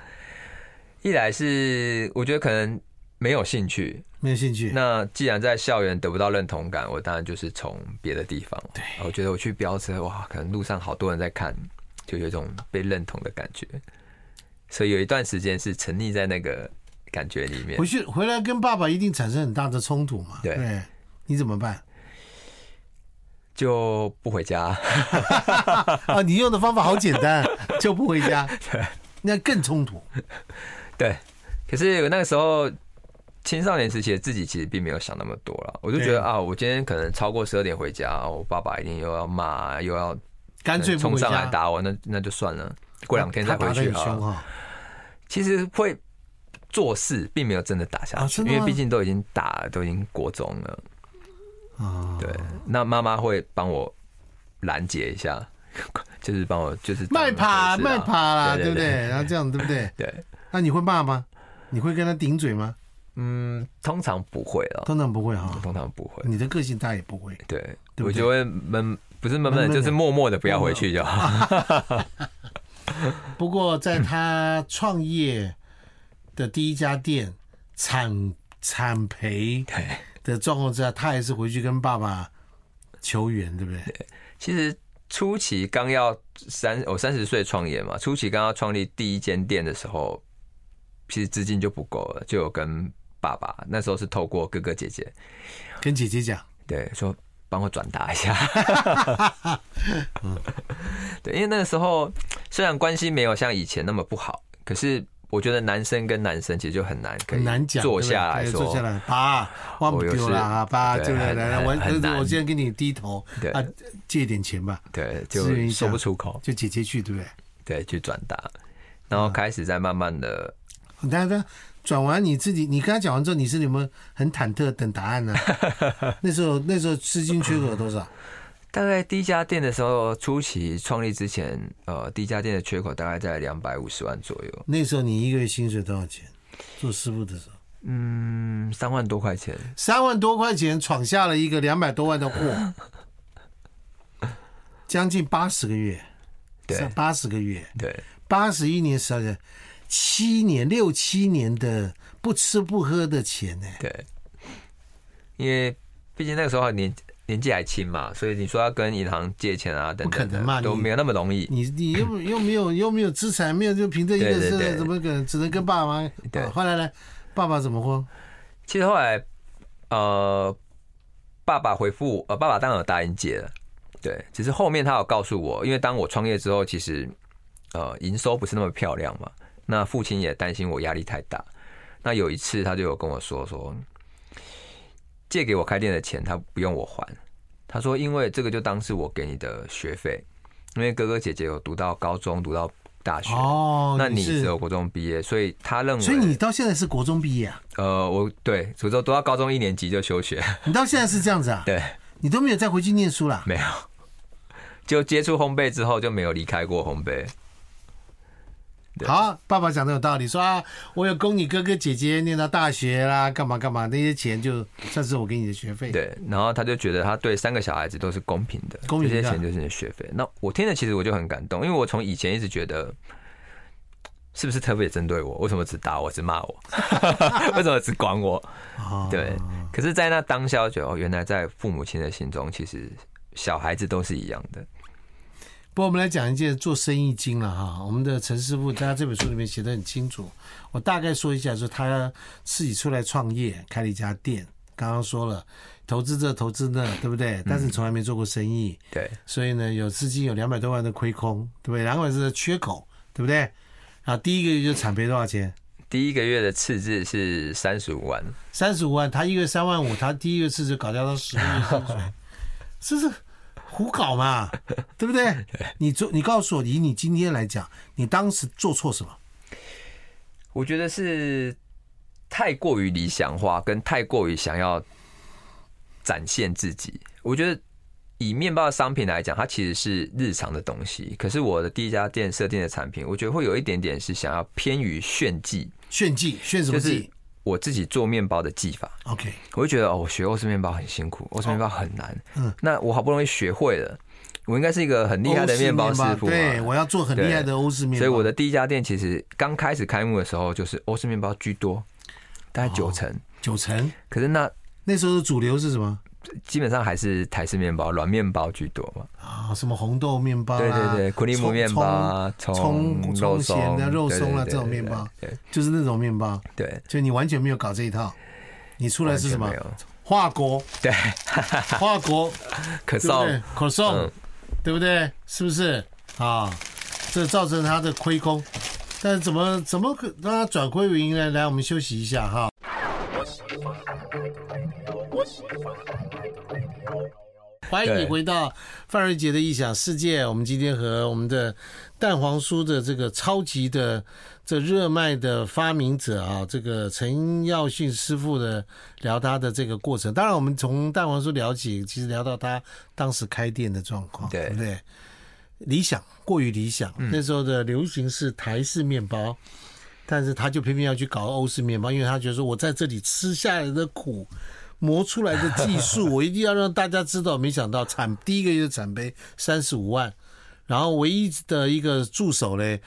[SPEAKER 2] 一来是我觉得可能没有兴趣，
[SPEAKER 1] 没有兴趣。
[SPEAKER 2] 那既然在校园得不到认同感，我当然就是从别的地方。对，我觉得我去飙车，哇，可能路上好多人在看，就有一种被认同的感觉。所以有一段时间是沉溺在那个感觉里面
[SPEAKER 1] 回。去回来跟爸爸一定产生很大的冲突嘛？
[SPEAKER 2] 对
[SPEAKER 1] 对，你怎么办？
[SPEAKER 2] 就不回家。 [LAUGHS]
[SPEAKER 1] 啊，你用的方法好简单，就不回家，那更冲突。
[SPEAKER 2] 对，可是我那个时候青少年时期的自己其实并没有想那么多了，我就觉
[SPEAKER 1] 对
[SPEAKER 2] 得啊，我今天可能超过十二点回家，我爸爸一定又要骂，又要
[SPEAKER 1] 干脆不
[SPEAKER 2] 冲
[SPEAKER 1] 回
[SPEAKER 2] 上来
[SPEAKER 1] 家。
[SPEAKER 2] 打我，那那就算了，过两天再
[SPEAKER 1] 他
[SPEAKER 2] 回
[SPEAKER 1] 打得
[SPEAKER 2] 去
[SPEAKER 1] 很凶
[SPEAKER 2] 啊。
[SPEAKER 1] 哈，
[SPEAKER 2] 其实会做事，并没有真的打下
[SPEAKER 1] 啊
[SPEAKER 2] 去，
[SPEAKER 1] 真的
[SPEAKER 2] 因
[SPEAKER 1] 吗
[SPEAKER 2] 为毕竟都已经打了，都已经国中了。
[SPEAKER 1] 啊，
[SPEAKER 2] 对，那妈妈会帮我拦截一下， [LAUGHS] 就是帮我就是
[SPEAKER 1] 卖爬卖
[SPEAKER 2] 爬
[SPEAKER 1] 爬啦，对
[SPEAKER 2] 对
[SPEAKER 1] 不对？然后这样对不对？
[SPEAKER 2] 啊对，
[SPEAKER 1] 那你会骂吗？你会跟他顶嘴吗？
[SPEAKER 2] 嗯，通常不会了，
[SPEAKER 1] 通常不会哈，
[SPEAKER 2] 通常不会。
[SPEAKER 1] 你的个性大也不会。
[SPEAKER 2] 对，
[SPEAKER 1] 对不
[SPEAKER 2] 我
[SPEAKER 1] 对
[SPEAKER 2] 就会闷，不是
[SPEAKER 1] 闷
[SPEAKER 2] 闷
[SPEAKER 1] 闷
[SPEAKER 2] 闷，
[SPEAKER 1] 的啊
[SPEAKER 2] 就是默默的不要回去就好。
[SPEAKER 1] 不过在他创业的第一家店惨惨赔
[SPEAKER 2] 对，
[SPEAKER 1] 的状况之下，他还是回去跟爸爸求援，对不对？
[SPEAKER 2] 其实初期刚要三，我三十岁创业嘛，初期刚要创立第一间店的时候，其实资金就不够了，就有跟爸爸，那时候是透过哥哥姐姐，
[SPEAKER 1] 跟姐姐讲，
[SPEAKER 2] 对，说帮我转达一下。 [LAUGHS] 对，因为那个时候虽然关系没有像以前那么不好，可是我觉得男生跟男生其实就很难可以
[SPEAKER 1] 很难讲，
[SPEAKER 2] 坐下来
[SPEAKER 1] 对不对
[SPEAKER 2] 说
[SPEAKER 1] 坐下来，爸，忘不丢了啊，爸，
[SPEAKER 2] 对
[SPEAKER 1] 对不对？
[SPEAKER 2] 很
[SPEAKER 1] 来来，
[SPEAKER 2] 很
[SPEAKER 1] 我
[SPEAKER 2] 很难
[SPEAKER 1] 我今天跟你低头
[SPEAKER 2] 对
[SPEAKER 1] 啊，借点钱吧，
[SPEAKER 2] 对，
[SPEAKER 1] 支援
[SPEAKER 2] 就
[SPEAKER 1] 一下
[SPEAKER 2] 说不出口，
[SPEAKER 1] 就姐姐去，对不对？
[SPEAKER 2] 对，去转达，然
[SPEAKER 1] 嗯
[SPEAKER 2] 后开始再慢慢的，
[SPEAKER 1] 大家转完你自己，你跟他讲完之后，你是有没有很忐忑等答
[SPEAKER 2] [LAUGHS]
[SPEAKER 1] 案呢、啊那时候那时候资金缺口有多少？
[SPEAKER 2] 大概第一家店的时候，初期创立之前，呃，第一家店的缺口大概在两百五十万左右，
[SPEAKER 1] 那时候你一个月薪水多少钱？做师傅的时候，
[SPEAKER 2] 嗯，三万多块钱，
[SPEAKER 1] 三万多块钱闯下了一个两百多万的
[SPEAKER 2] [LAUGHS]
[SPEAKER 1] 货，将近八十个月，
[SPEAKER 2] 对
[SPEAKER 1] 八十个月，
[SPEAKER 2] 对
[SPEAKER 1] 八十一年十二年，七年六七年的不吃不喝的钱呢、
[SPEAKER 2] 对，因为毕竟那个时候年年纪还轻嘛，所以你说要跟银行借钱啊等
[SPEAKER 1] 不可
[SPEAKER 2] 等
[SPEAKER 1] 能嘛
[SPEAKER 2] 的，
[SPEAKER 1] 你
[SPEAKER 2] 都没有那么容易，
[SPEAKER 1] 你你又又没有又没有资产，没有就凭这一个
[SPEAKER 2] 对对对
[SPEAKER 1] 是怎么可能？只能跟爸妈。
[SPEAKER 2] 对
[SPEAKER 1] 啊后来呢，爸爸怎么慌？
[SPEAKER 2] 其实后来，呃，爸爸回复我，呃，爸爸当然有答应借了，对，只是后面他有告诉我，因为当我创业之后，其实呃营收不是那么漂亮嘛，那父亲也担心我压力太大，那有一次他就有跟我说说，借给我开店的钱他不用我还，他说因为这个就当是我给你的学费，因为哥哥姐姐有读到高中，读到大学。
[SPEAKER 1] 哦，
[SPEAKER 2] 那你只
[SPEAKER 1] 是，
[SPEAKER 2] 有国中毕业，所以他认为，
[SPEAKER 1] 所以你到现在是国中毕业啊？
[SPEAKER 2] 呃，我对，诅咒读到高中一年级就
[SPEAKER 1] [LAUGHS]
[SPEAKER 2] 休学，
[SPEAKER 1] 你到现在是这样子啊？
[SPEAKER 2] 对，
[SPEAKER 1] 你都没有再回去念书啦？
[SPEAKER 2] 没有，就接触烘焙之后就没有离开过烘焙。对
[SPEAKER 1] 好，啊爸爸讲的有道理，说啊，我有供你哥哥姐姐念到大学啦，干嘛干嘛，那些钱就算是我给你的学费。，
[SPEAKER 2] 对，然后他就觉得他对三个小孩子都是公平的，
[SPEAKER 1] 公平的
[SPEAKER 2] 这些钱就是你的学费。那我听了其实我就很感动，因为我从以前一直觉得。是不是特别针对我？为什么只打我，只骂我？ [LAUGHS] 为什么只管我？
[SPEAKER 1] 哦
[SPEAKER 2] 对，可是，在那当下，我觉得哦，原来在父母亲的心中，其实小孩子都是一样的。
[SPEAKER 1] 不过我们来讲一件做生意经了哈。我们的陈师傅在他这本书里面写的很清楚，我大概说一下，说他自己出来创业，开了一家店。刚刚说了，投资这投资那，对不对？但是从来没做过生意，
[SPEAKER 2] 对，
[SPEAKER 1] 所以呢，有资金有两百多万的亏空，对不对？两百是缺口，对不对？然后第一个月就产赔多少钱？
[SPEAKER 2] 第一个月的赤字是三十五万，
[SPEAKER 1] 三十五万，他一个月三万五，他第一个月是就搞掉他十个月薪
[SPEAKER 2] [LAUGHS]
[SPEAKER 1] 水，这是胡搞嘛，对不对？你做，你告诉我，以你今天来讲，你当时做错什么？
[SPEAKER 2] 我觉得是太过于理想化，跟太过于想要展现自己。我觉得以面包的商品来讲，它其实是日常的东西。可是我的第一家店设定的产品，我觉得会有一点点是想要偏于炫技，
[SPEAKER 1] 炫技，炫什
[SPEAKER 2] 就
[SPEAKER 1] 么
[SPEAKER 2] 是
[SPEAKER 1] 技
[SPEAKER 2] 我自己做面包的技法。
[SPEAKER 1] ？OK，
[SPEAKER 2] 我就觉得哦，我学欧式面包很辛苦，欧式面包很难。
[SPEAKER 1] 嗯
[SPEAKER 2] 那我好不容易学会了，我应该是一个很厉害的面包师傅
[SPEAKER 1] 欧式面包对，
[SPEAKER 2] 嘛。
[SPEAKER 1] 我要做很厉害的欧式面包，
[SPEAKER 2] 所以我的第一家店其实刚开始开幕的时候，就是欧式面包居多，
[SPEAKER 1] 哦
[SPEAKER 2] 大概九成。
[SPEAKER 1] 九成。
[SPEAKER 2] 可是那
[SPEAKER 1] 那时候的主流是什么
[SPEAKER 2] 基本上还是台式面包、软面包居多嘛。
[SPEAKER 1] 啊？什么红豆面包、啊？
[SPEAKER 2] 对对对，库利姆
[SPEAKER 1] 葱
[SPEAKER 2] 面包啊，葱
[SPEAKER 1] 葱
[SPEAKER 2] 肉
[SPEAKER 1] 葱
[SPEAKER 2] 松
[SPEAKER 1] 咸的肉松啊
[SPEAKER 2] 对对对
[SPEAKER 1] 这种面包
[SPEAKER 2] 对对
[SPEAKER 1] 葱，就是那种面包，
[SPEAKER 2] 对对，
[SPEAKER 1] 就你完全没有搞这一套，你出来是什么
[SPEAKER 2] 完全没有？
[SPEAKER 1] 华国，
[SPEAKER 2] 对， [LAUGHS]
[SPEAKER 1] [LAUGHS] 华国，对
[SPEAKER 2] 可
[SPEAKER 1] 不
[SPEAKER 2] 颂
[SPEAKER 1] 对？可颂
[SPEAKER 2] 嗯，
[SPEAKER 1] 对不对？是不是啊？这造成他的亏空，但是怎么怎么可让他转亏为盈呢？来，我们休息一下哈。欢迎你
[SPEAKER 2] 对
[SPEAKER 1] 回到范瑞杰的异想世界。我们今天和我们的蛋黄酥的这个超级的这热卖的发明者啊，这个陈耀迅师傅的聊他的这个过程。当然，我们从蛋黄酥聊起，其实聊到他当时开店的状况，
[SPEAKER 2] 对
[SPEAKER 1] 对不对？理想过于理想，那时候的流行是台式面包。但是他就偏偏要去搞欧式面包，因为他觉得说我在这里吃下来的苦，磨出来的技术，我一定要让大家知道。没想到产第一个月的产杯三十五万，然后唯一的一个助手呢，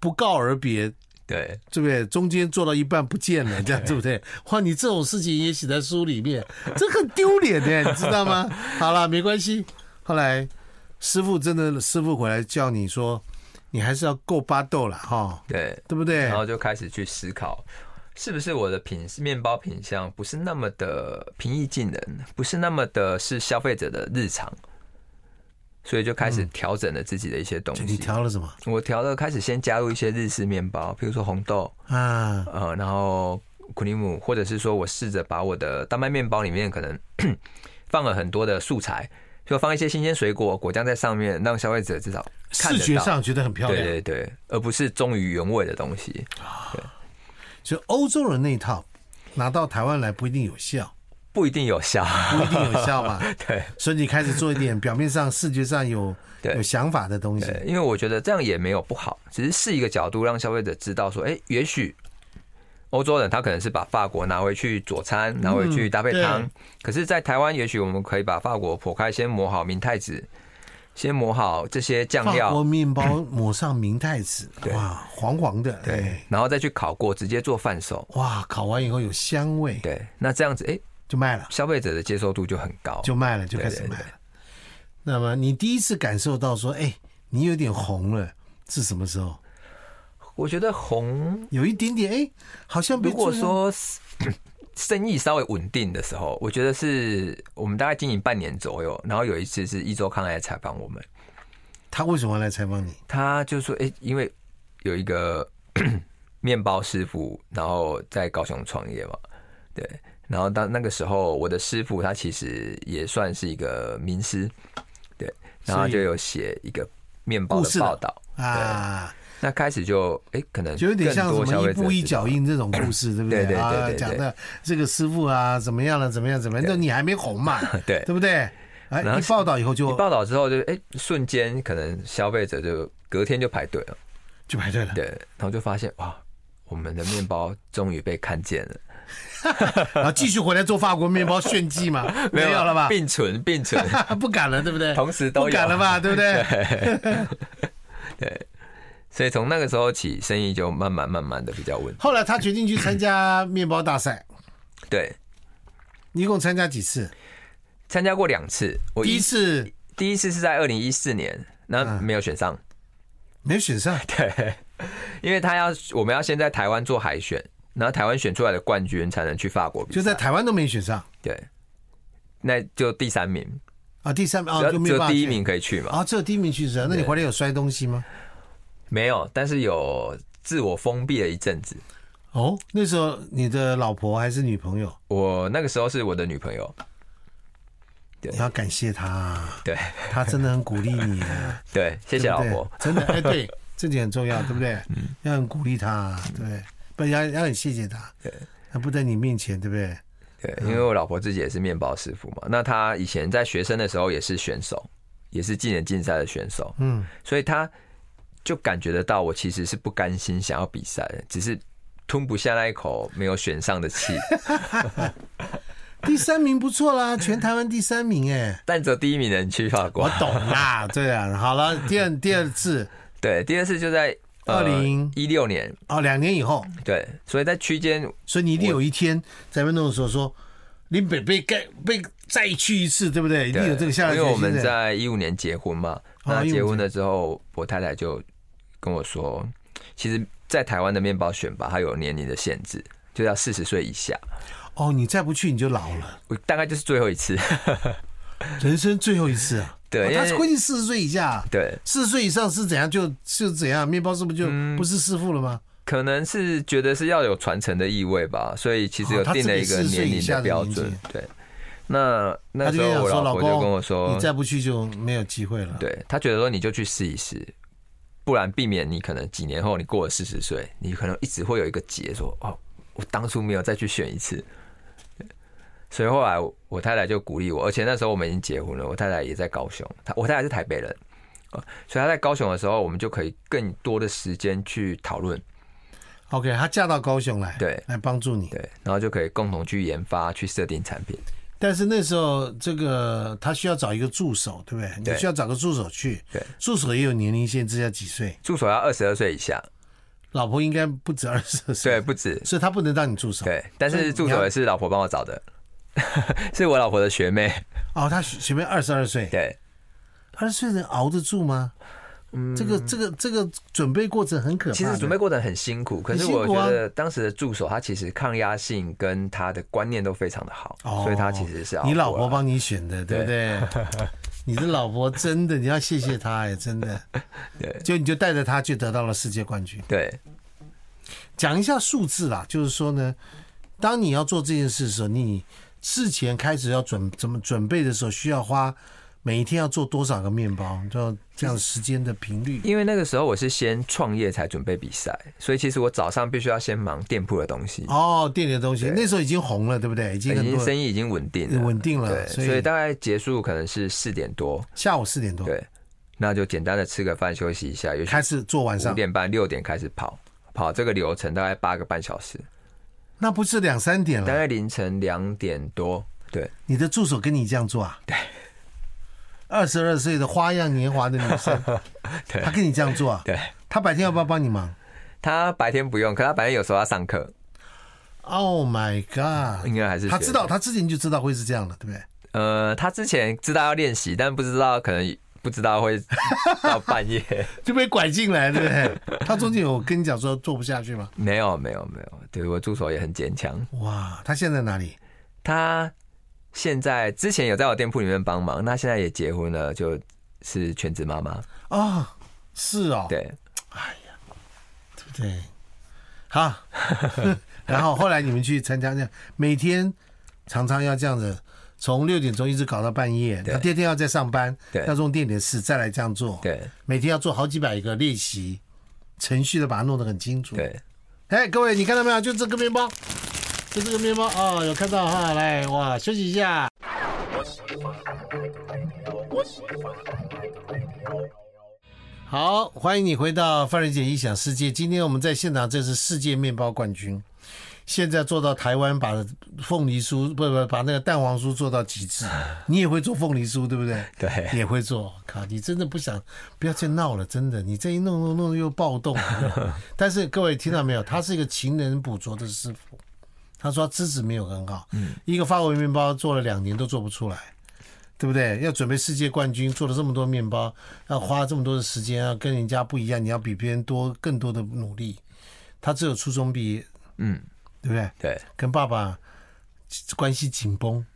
[SPEAKER 1] 不告而别，
[SPEAKER 2] 对，
[SPEAKER 1] 对不对？中间做到一半不见
[SPEAKER 2] [LAUGHS]
[SPEAKER 1] 了，这样对不对？哇，你这种事情也写在书里面，这很丢脸
[SPEAKER 2] [LAUGHS]
[SPEAKER 1] 的，你知道吗？好了，没关系。后来师傅真的，师傅回来叫你说，你还是要够巴豆了哈，
[SPEAKER 2] 对，
[SPEAKER 1] 对不对
[SPEAKER 2] 然？后就开始去思考，是不是我的品面包品相不是那么的平易近人，不是那么的是消费者的日常，所以就开始调整了自己的一些东
[SPEAKER 1] 你
[SPEAKER 2] 西。
[SPEAKER 1] 嗯调了什么
[SPEAKER 2] 我调了，开始先加入一些日式面包，比如说红豆，
[SPEAKER 1] 啊？
[SPEAKER 2] 呃，然后苦力姆，或者是说我试着把我的丹麦面包里面可能 [COUGHS] 放了很多的素材，就放一些新鲜水果果酱在上面，让消费者至少看
[SPEAKER 1] 视
[SPEAKER 2] 得
[SPEAKER 1] 觉
[SPEAKER 2] 到，
[SPEAKER 1] 上觉得很漂
[SPEAKER 2] 对
[SPEAKER 1] 亮，
[SPEAKER 2] 对对，而不是忠于原味的东西。
[SPEAKER 1] 就欧洲人那一套拿到台湾来不一定有
[SPEAKER 2] [LAUGHS]
[SPEAKER 1] 效，
[SPEAKER 2] 不一定有效。
[SPEAKER 1] 不一定有效嘛。
[SPEAKER 2] [LAUGHS] 对
[SPEAKER 1] 所以你开始做一点表面上视觉上有
[SPEAKER 2] 对
[SPEAKER 1] 有想法的东西。
[SPEAKER 2] 对，因为我觉得这样也没有不好，只是是一个角度让消费者知道说，哎、也许欧洲人他可能是把法国拿回去佐餐，拿回去搭配
[SPEAKER 1] 嗯
[SPEAKER 2] 汤，
[SPEAKER 1] 对
[SPEAKER 2] 可是，在台湾也许我们可以把法国剖开，先磨好明太子，先磨好这些酱
[SPEAKER 1] 法国
[SPEAKER 2] 料，
[SPEAKER 1] 面包抹上明太子，
[SPEAKER 2] [LAUGHS] 对
[SPEAKER 1] 哇，黄黄的，
[SPEAKER 2] 对
[SPEAKER 1] 哎，
[SPEAKER 2] 然后再去烤过，直接做贩售。
[SPEAKER 1] 哇，烤完以后有香味，
[SPEAKER 2] 对，那这样子，哎、
[SPEAKER 1] 就卖了，
[SPEAKER 2] 消费者的接受度就很高。
[SPEAKER 1] 就卖了，就开始
[SPEAKER 2] 对对
[SPEAKER 1] 卖了。那么你第一次感受到说，哎，你有点红了，是什么时候？
[SPEAKER 2] 我觉得红，
[SPEAKER 1] 有一点点，哎，好像被
[SPEAKER 2] 如果
[SPEAKER 1] 注意
[SPEAKER 2] 说生意稍微稳定的时候，我觉得是我们大概经营半年左右，然后有一次是一周康来采访我们，
[SPEAKER 1] 他为什么要来采访你？
[SPEAKER 2] 他就说：“哎、因为有一个 [CLEARS THROAT] 面包师傅，然后在高雄创业嘛，对。然后当那个时候，我的师傅他其实也算是一个名师，对。然后
[SPEAKER 1] 所以
[SPEAKER 2] 就有写一个面包
[SPEAKER 1] 故事
[SPEAKER 2] 的
[SPEAKER 1] 了
[SPEAKER 2] 报道，
[SPEAKER 1] 啊，
[SPEAKER 2] 那开始就哎、诶可能
[SPEAKER 1] 就有点像
[SPEAKER 2] 更
[SPEAKER 1] 什
[SPEAKER 2] 多消
[SPEAKER 1] 么
[SPEAKER 2] 费
[SPEAKER 1] 一
[SPEAKER 2] 者
[SPEAKER 1] 步一
[SPEAKER 2] 知道
[SPEAKER 1] 脚印这种故事，对不
[SPEAKER 2] 对对对
[SPEAKER 1] 啊
[SPEAKER 2] 对，对
[SPEAKER 1] 讲的这个师傅啊，怎么样了，怎么样，怎么样，那你还没红
[SPEAKER 2] [LAUGHS]
[SPEAKER 1] 嘛，
[SPEAKER 2] 对。
[SPEAKER 1] 对不对？哎，
[SPEAKER 2] 然后
[SPEAKER 1] 你报道以后
[SPEAKER 2] 你
[SPEAKER 1] 就
[SPEAKER 2] 报道之后就哎、诶瞬间可能消费者就隔天就排队了，
[SPEAKER 1] 就排队了。
[SPEAKER 2] 对。然后就发现哇，我们的面包终于被看见了。”
[SPEAKER 1] [LAUGHS] 然后继续回来做法国面包炫技嘛？ [LAUGHS] 没有了吧？
[SPEAKER 2] 并存
[SPEAKER 1] [LAUGHS]
[SPEAKER 2] 并存，
[SPEAKER 1] 不敢了，对不 [LAUGHS] 对？
[SPEAKER 2] 同时都有
[SPEAKER 1] 不敢了 [LAUGHS] 吧？对不对？
[SPEAKER 2] 所以从那个时候起，生意就慢慢慢慢的比较稳。
[SPEAKER 1] 后来他决定去参加面包大赛，
[SPEAKER 2] 对，
[SPEAKER 1] 你一共参加几次？
[SPEAKER 2] 参加过两次，我
[SPEAKER 1] 第
[SPEAKER 2] 一
[SPEAKER 1] 一次嗯
[SPEAKER 2] 第一次是在二零一四年，那没有选上， [LAUGHS]
[SPEAKER 1] 没选上，
[SPEAKER 2] 对，因为他要我们要先在台湾做海选，然后台湾选出来的冠军才能去法国
[SPEAKER 1] [LAUGHS]
[SPEAKER 2] 比
[SPEAKER 1] 就
[SPEAKER 2] 赛，
[SPEAKER 1] 在台湾都没选上
[SPEAKER 2] 对，那就第三名，
[SPEAKER 1] 啊。第三
[SPEAKER 2] 只
[SPEAKER 1] 啊，就
[SPEAKER 2] 要只
[SPEAKER 1] 没有
[SPEAKER 2] 有
[SPEAKER 1] 办法
[SPEAKER 2] 第一
[SPEAKER 1] 选
[SPEAKER 2] 名可以去嘛，
[SPEAKER 1] 啊，只有第一名去选。那你回来有摔东西吗？
[SPEAKER 2] 没有，但是有自我封闭了一阵子。
[SPEAKER 1] 哦，那时候你的老婆还是女朋友，
[SPEAKER 2] 我那个时候是我的女朋友，对
[SPEAKER 1] 你要感谢她，
[SPEAKER 2] 对
[SPEAKER 1] 她真的很鼓励你啊。
[SPEAKER 2] 对，谢谢老
[SPEAKER 1] 对不
[SPEAKER 2] 婆嗯
[SPEAKER 1] 对，真的哎，
[SPEAKER 2] [LAUGHS]
[SPEAKER 1] 对，这点很重要，对不对？要很鼓励他，对，不要要很谢谢他，对，他不在你面前，对不对？
[SPEAKER 2] 对，因为我老婆自己也是面包师傅嘛，那她以前在学生的时候也是选手，也是技能竞赛的选手，
[SPEAKER 1] 嗯，
[SPEAKER 2] 所以她就感觉得到我其实是不甘心想要比赛的，只是吞不下那一口没有选上
[SPEAKER 1] [LAUGHS]
[SPEAKER 2] 的气，
[SPEAKER 1] 第三名不错
[SPEAKER 2] [LAUGHS]
[SPEAKER 1] 啦，全台湾第三名哎，
[SPEAKER 2] 但只有第一名能去法
[SPEAKER 1] 我
[SPEAKER 2] 国。
[SPEAKER 1] 懂
[SPEAKER 2] [LAUGHS]
[SPEAKER 1] 啦，对啊，好了，第二第二次
[SPEAKER 2] 对，第二次就在呃
[SPEAKER 1] 20
[SPEAKER 2] 一六年，
[SPEAKER 1] 哦，两年以后，
[SPEAKER 2] 对，所以在区间
[SPEAKER 1] 所以你一定有一天在运动的时候说，林北被盖被再去一次，对不对？一定
[SPEAKER 2] 对
[SPEAKER 1] 有这个下来
[SPEAKER 2] 因为我们在一五年结婚嘛，
[SPEAKER 1] 哦
[SPEAKER 2] 那
[SPEAKER 1] 15
[SPEAKER 2] 结婚
[SPEAKER 1] 年
[SPEAKER 2] 了之后，我太太就跟我说，其实，在台湾的面包选拔它有年龄的限制，就要四十岁以下。
[SPEAKER 1] 哦，你再不去你就老了，
[SPEAKER 2] 我大概就是最后一次， [LAUGHS]
[SPEAKER 1] 人生最后一次啊。
[SPEAKER 2] 对
[SPEAKER 1] 哦
[SPEAKER 2] 因为
[SPEAKER 1] 他规定四十岁以下啊，
[SPEAKER 2] 对，
[SPEAKER 1] 四十岁以上是怎样就就怎样，面包是不是就
[SPEAKER 2] 嗯
[SPEAKER 1] 不是师傅了吗？
[SPEAKER 2] 可能是觉得是要有传承的意味吧，所以其实有
[SPEAKER 1] 哦他
[SPEAKER 2] 定了一个
[SPEAKER 1] 自己40岁
[SPEAKER 2] 年
[SPEAKER 1] 以
[SPEAKER 2] 龄
[SPEAKER 1] 下的
[SPEAKER 2] 标
[SPEAKER 1] 年纪
[SPEAKER 2] 准，对。那那
[SPEAKER 1] 他就
[SPEAKER 2] 时
[SPEAKER 1] 跟你
[SPEAKER 2] 候
[SPEAKER 1] 讲
[SPEAKER 2] 我
[SPEAKER 1] 说，老
[SPEAKER 2] 老婆
[SPEAKER 1] 公，
[SPEAKER 2] 就跟我说
[SPEAKER 1] 你，再不去就没有机会了。，
[SPEAKER 2] 哦对，她觉得说你就去试一试，不然避免你可能几年后你过了四十岁，你可能一直会有一个结说，哦，我当初没有再去选一次。对所以后来我我太太就鼓励我，而且那时候我们已经结婚了，我太太也在高雄，她我太太是台北人，呃所以她在高雄的时候，我们就可以更多的时间去讨论
[SPEAKER 1] OK，她嫁到高雄来，
[SPEAKER 2] 对
[SPEAKER 1] 来帮助你。
[SPEAKER 2] 对，然后就可以共同去研发、去设定产品。
[SPEAKER 1] 但是那时候这个他需要找一个助手，对不对？
[SPEAKER 2] 对
[SPEAKER 1] 你需要找个助手去，
[SPEAKER 2] 对，
[SPEAKER 1] 助手也有年龄限制，要几岁？
[SPEAKER 2] 助手要二十二岁以下，
[SPEAKER 1] 老婆应该不止二十岁，
[SPEAKER 2] 对，不止，
[SPEAKER 1] 所以他不能当你助手。
[SPEAKER 2] 对，但
[SPEAKER 1] 所以
[SPEAKER 2] 是助
[SPEAKER 1] 你要
[SPEAKER 2] 手也是老婆帮我找的， [LAUGHS] 是我老婆的学妹，
[SPEAKER 1] 哦，他前面二十二岁，
[SPEAKER 2] 对，
[SPEAKER 1] 二十岁能熬得住吗？嗯，这个这个这个准备过程很可怕的。
[SPEAKER 2] 其实准备过程很辛苦，可
[SPEAKER 1] 很
[SPEAKER 2] 是
[SPEAKER 1] 辛
[SPEAKER 2] 我
[SPEAKER 1] 苦啊
[SPEAKER 2] 觉得当时的助手他其实抗压性跟他的观念都非常的好，
[SPEAKER 1] 哦
[SPEAKER 2] 所以他其实是熬
[SPEAKER 1] 你
[SPEAKER 2] 过
[SPEAKER 1] 老婆
[SPEAKER 2] 了
[SPEAKER 1] 帮你选的，对不对？
[SPEAKER 2] [LAUGHS]
[SPEAKER 1] 你的老婆真的，你要谢谢她哎，真的。
[SPEAKER 2] 对
[SPEAKER 1] 就你就带着她去得到了世界冠军。
[SPEAKER 2] 对
[SPEAKER 1] 讲一下数字啦，就是说呢，当你要做这件事的时候，你事前开始要准怎么准备的时候，需要花每一天要做多少个面包，就这样时间的频率。
[SPEAKER 2] 因为那个时候我是先创业才准备比赛，所以其实我早上必须要先忙店铺的东西，
[SPEAKER 1] 哦，店里的东西
[SPEAKER 2] 对
[SPEAKER 1] 那时候已经红了，对不对？已经
[SPEAKER 2] 已
[SPEAKER 1] 很
[SPEAKER 2] 经
[SPEAKER 1] 多
[SPEAKER 2] 生意已经稳定了，
[SPEAKER 1] 稳定了
[SPEAKER 2] 对，，
[SPEAKER 1] 所
[SPEAKER 2] 所
[SPEAKER 1] 以
[SPEAKER 2] 以大概结束可能是四点多，
[SPEAKER 1] 下午四点多
[SPEAKER 2] 对，那就简单的吃个饭休息一下，也许
[SPEAKER 1] 开始做晚
[SPEAKER 2] 五
[SPEAKER 1] 上，
[SPEAKER 2] 点半六点开始跑，跑这个流程大概八个半小时，
[SPEAKER 1] 嗯那不是两三点
[SPEAKER 2] 大
[SPEAKER 1] 了？
[SPEAKER 2] 概凌晨两点多，对。
[SPEAKER 1] 你的助手跟你这样做啊？对，二十二岁的花样年华的女
[SPEAKER 2] [LAUGHS]
[SPEAKER 1] 生，
[SPEAKER 2] 对
[SPEAKER 1] 她跟你这样做啊？
[SPEAKER 2] 对，
[SPEAKER 1] 她白天要不要帮你忙
[SPEAKER 2] 他白天不用，可他白天有时候要上课，
[SPEAKER 1] ？Oh my god！
[SPEAKER 2] 应该还是
[SPEAKER 1] 他
[SPEAKER 2] 学
[SPEAKER 1] 知道，他之前就知道会是这样的，对不对？
[SPEAKER 2] 呃，他之前知道要练习，但不知道可能不知道会到
[SPEAKER 1] [LAUGHS]
[SPEAKER 2] 半夜。
[SPEAKER 1] 就被拐进来，对不对？他中间有跟你讲说做不下去吗？
[SPEAKER 2] 没有，没有，没有。对我助手也很坚强，
[SPEAKER 1] 哇，他现在哪里？
[SPEAKER 2] 他现在之前有在我店铺里面帮忙，那现在也结婚了，就是全职妈妈。
[SPEAKER 1] 啊、是哦，
[SPEAKER 2] 对，
[SPEAKER 1] 对不对？
[SPEAKER 2] [LAUGHS]
[SPEAKER 1] 好，然后后来你们去参加，这样每天常常要这样子，从六点钟一直搞到半夜，
[SPEAKER 2] 对
[SPEAKER 1] 那第二天要再上班，
[SPEAKER 2] 对
[SPEAKER 1] 要弄店里的事，再来这样做，
[SPEAKER 2] 对，
[SPEAKER 1] 每天要做好几百个练习，程序的把它弄得很清楚。
[SPEAKER 2] 对，
[SPEAKER 1] 哎，各位，你看到没有？就这个面包，就这个面包啊、哦，有看到哈？来，哇，休息一下。好，欢迎你回到范瑞姐异想世界。今天我们在现场，这是世界面包冠军，现在做到台湾把凤梨酥不不把那个蛋黄酥做到极致。你也会做凤梨酥，对不对？
[SPEAKER 2] 对，
[SPEAKER 1] [LAUGHS] 也会做。靠，你真的不想不要再闹了，真的，你这一弄弄弄又暴动。但是各位听到没有？他是一个勤能补拙的师傅。他说他资质没有很好，一个法国面包做了两年都做不出来，对不对？要准备世界冠军，做了这么多面包，要花这么多的时间，要跟人家不一样，你要比别人多更多的努力。他只有初中毕业，
[SPEAKER 2] 嗯，
[SPEAKER 1] 对不对？
[SPEAKER 2] 对。
[SPEAKER 1] 跟爸爸关系紧绷，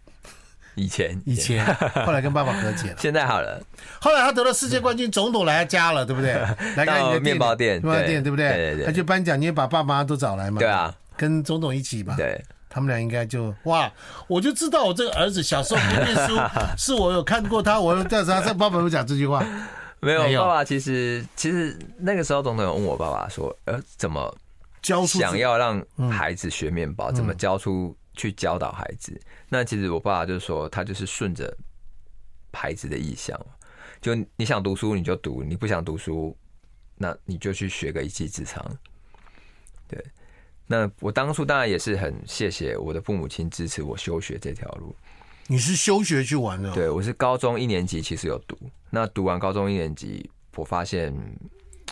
[SPEAKER 2] 以前，
[SPEAKER 1] 以，前后来跟爸爸和解了。
[SPEAKER 2] 现在好了，
[SPEAKER 1] 后来他得了世界冠军，总统来他家了，对
[SPEAKER 2] [LAUGHS]
[SPEAKER 1] 不对？来看你的
[SPEAKER 2] 到面包
[SPEAKER 1] 店里，
[SPEAKER 2] 店
[SPEAKER 1] 面包
[SPEAKER 2] 对
[SPEAKER 1] 店对不
[SPEAKER 2] 对对对
[SPEAKER 1] 他去颁奖，你也把爸妈都找来嘛。
[SPEAKER 2] 对啊，
[SPEAKER 1] 跟总统一起吧。
[SPEAKER 2] 对，
[SPEAKER 1] 他们俩应该就哇，我就知道我这个儿子小时候不念
[SPEAKER 2] [LAUGHS]
[SPEAKER 1] 书，是我有看过他，我有但是他爸爸有讲这句话，
[SPEAKER 2] 没有
[SPEAKER 1] 没有
[SPEAKER 2] 爸爸。其实，其实那个时候总统有问我爸爸说，呃，怎么
[SPEAKER 1] 教书嗯
[SPEAKER 2] 想要让孩子学面包，怎么教出去教导孩子？那其实我爸爸就说，他就是顺着孩子的意向，就你想读书你就读，你不想读书，那你就去学个一技之长。对，那我当初当然也是很谢谢我的父母亲支持我休学这条路。
[SPEAKER 1] 你是休学去玩的，哦
[SPEAKER 2] 对我是高中一年级其实有读，那读完高中一年级，我发现嗯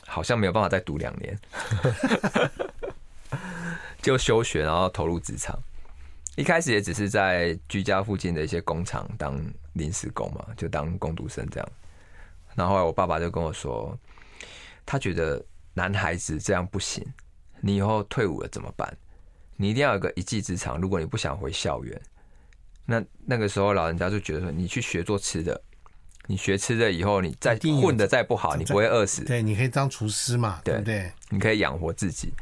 [SPEAKER 2] 好像没有办法再读两年， [LAUGHS] 就休学，然后投入职场。一开始也只是在居家附近的一些工厂当临时工嘛，就当工读生这样。然后后来我爸爸就跟我说，他觉得男孩子这样不行，你以后退伍了怎么办？你一定要有个一技之长，如果你不想回校园，那那个时候老人家就觉得说，你去学做吃的，你学吃的以后，你再
[SPEAKER 1] 一定有
[SPEAKER 2] 混的再不好，你不会饿死，
[SPEAKER 1] 对，你可以当厨师嘛，对
[SPEAKER 2] 对
[SPEAKER 1] 不对？
[SPEAKER 2] 你可以养活自己。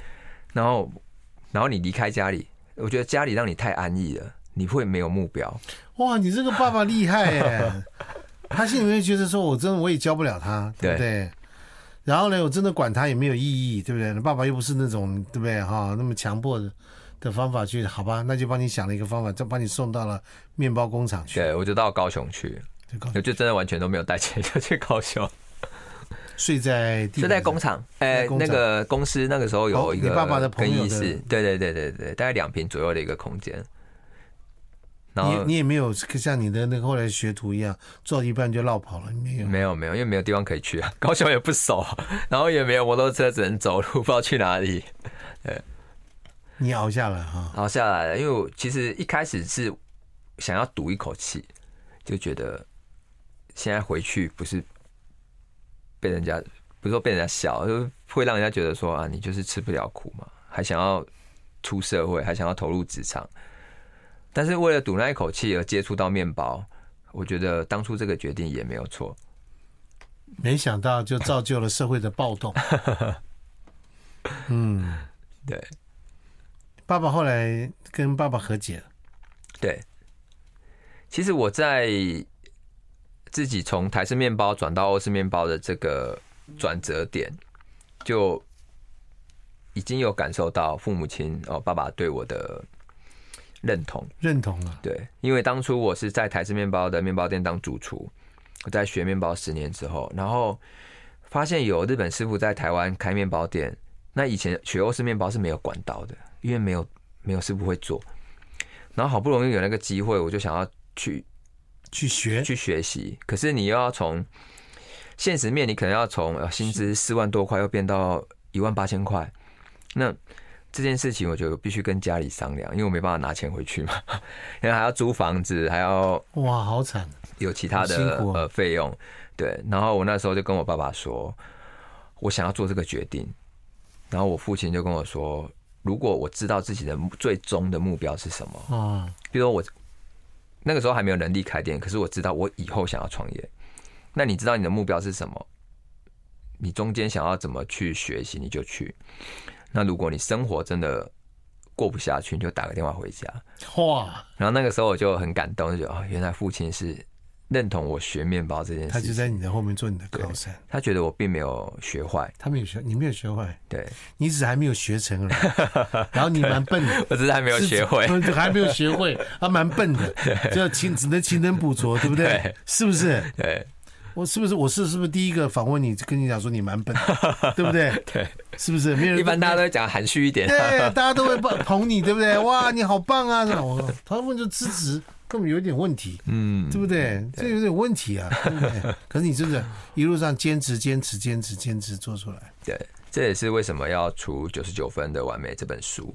[SPEAKER 2] 然后，然后你离开家里，我觉得家里让你太安逸了，你会没有目标。
[SPEAKER 1] 哇，你这个爸爸厉害
[SPEAKER 2] [LAUGHS]
[SPEAKER 1] 耶！他心里面觉得说，我真的我也教不了他，对不对？然后呢，我真的管他也没有意义，对不对？爸爸又不是那种，对不对？哈，那么强迫的的方法去，好吧，那就帮你想了一个方法，再把你送到了面包工厂去。
[SPEAKER 2] 对，我就到高雄去，
[SPEAKER 1] 就搞
[SPEAKER 2] 我就真的完全都没有带钱，就去高雄，
[SPEAKER 1] 睡在地
[SPEAKER 2] 就
[SPEAKER 1] 板
[SPEAKER 2] 在
[SPEAKER 1] 上
[SPEAKER 2] 工厂，哎、
[SPEAKER 1] 在工
[SPEAKER 2] 那
[SPEAKER 1] 厂
[SPEAKER 2] 个公司那个时候有一
[SPEAKER 1] 哦
[SPEAKER 2] 个
[SPEAKER 1] 你爸爸的朋
[SPEAKER 2] 更
[SPEAKER 1] 友
[SPEAKER 2] 衣
[SPEAKER 1] 的
[SPEAKER 2] 室，对对对对对，大概两平左右的一个空间。然
[SPEAKER 1] 你
[SPEAKER 2] 后
[SPEAKER 1] 你也没有像你的那个后来学徒一样，做到一半就落跑了，你没有。
[SPEAKER 2] 没有没有，因为没有地方可以去啊， [LAUGHS] 高雄也不熟，然后也没有摩托车，只能走路， [LAUGHS] 不知道去哪里。
[SPEAKER 1] 你熬下来哈，
[SPEAKER 2] 然后下来了，因为我其实一开始是想要赌一口气，就觉得现在回去不是被人家不是说被人家笑，就是会让人家觉得说啊，你就是吃不了苦嘛，还想要出社会，还想要投入职场。但是为了赌那一口气而接触到面包，我觉得当初这个决定也没有错。
[SPEAKER 1] 没想到就造就了社会的暴
[SPEAKER 2] [LAUGHS]
[SPEAKER 1] 动。嗯，
[SPEAKER 2] 对
[SPEAKER 1] 爸爸后来跟爸爸和解了，
[SPEAKER 2] 对，其实我在自己从台式面包转到欧式面包的这个转折点，就已经有感受到父母亲哦爸爸对我的认同。
[SPEAKER 1] 认同了。
[SPEAKER 2] 对，因为当初我是在台式面包的面包店当主厨，我在学面包十年之后，然后发现有日本师傅在台湾开面包店。那以前学欧式面包是没有管道的，因为没有没有师傅会做。然后好不容易有那个机会，我就想要去
[SPEAKER 1] 去学，
[SPEAKER 2] 去学习，可是你又要从现实面，你可能要从呃薪资四万多块，又变到一万八千块。那这件事情，我觉得必须跟家里商量，因为我没办法拿钱回去嘛，然后还要租房子，还要
[SPEAKER 1] 哇，好惨！
[SPEAKER 2] 有其他
[SPEAKER 1] 好
[SPEAKER 2] 的
[SPEAKER 1] 辛苦哦
[SPEAKER 2] 呃费用。对，然后我那时候就跟我爸爸说，我想要做这个决定。然后我父亲就跟我说，如果我知道自己的目最终的目标是什么，
[SPEAKER 1] 啊，
[SPEAKER 2] 比如说我那个时候还没有能力开店，可是我知道我以后想要创业。那你知道你的目标是什么？你中间想要怎么去学习，你就去。那如果你生活真的过不下去，你就打个电话回家。
[SPEAKER 1] 哇，
[SPEAKER 2] 然后那个时候我就很感动，就觉得哦，原来父亲是认同我学面包这件
[SPEAKER 1] 他就
[SPEAKER 2] 事情，
[SPEAKER 1] 在你的后面做你的靠山。
[SPEAKER 2] 他觉得我并没有学坏，
[SPEAKER 1] 他没有学，你没有学会，
[SPEAKER 2] 对
[SPEAKER 1] 你只是还没有学成而
[SPEAKER 2] [LAUGHS]
[SPEAKER 1] 已。然后你蛮笨的，
[SPEAKER 2] 呃我只是还没有学会。
[SPEAKER 1] 是，还没有学会，还蛮笨
[SPEAKER 2] [LAUGHS]
[SPEAKER 1] 的，就要勤只能勤能补拙，对不对？
[SPEAKER 2] 对
[SPEAKER 1] 是不是？
[SPEAKER 2] 对
[SPEAKER 1] 我是不是我是是不是第一个访问你，跟你讲说你蛮笨的，
[SPEAKER 2] [LAUGHS]
[SPEAKER 1] 对不对？
[SPEAKER 2] 对，
[SPEAKER 1] 是不是？没有人
[SPEAKER 2] 一般大家都会讲含蓄一点，
[SPEAKER 1] 对，大家都会捧捧你，对不对？哇，你好棒啊！这种我他们就资质根本有点问题，
[SPEAKER 2] 嗯，
[SPEAKER 1] 对不对？这有点问题啊，对不
[SPEAKER 2] [LAUGHS]
[SPEAKER 1] 对？可是你真的一路上坚持、坚持、坚持、坚持做出来，
[SPEAKER 2] 对，这也是为什么要出九十九分的完美这本书。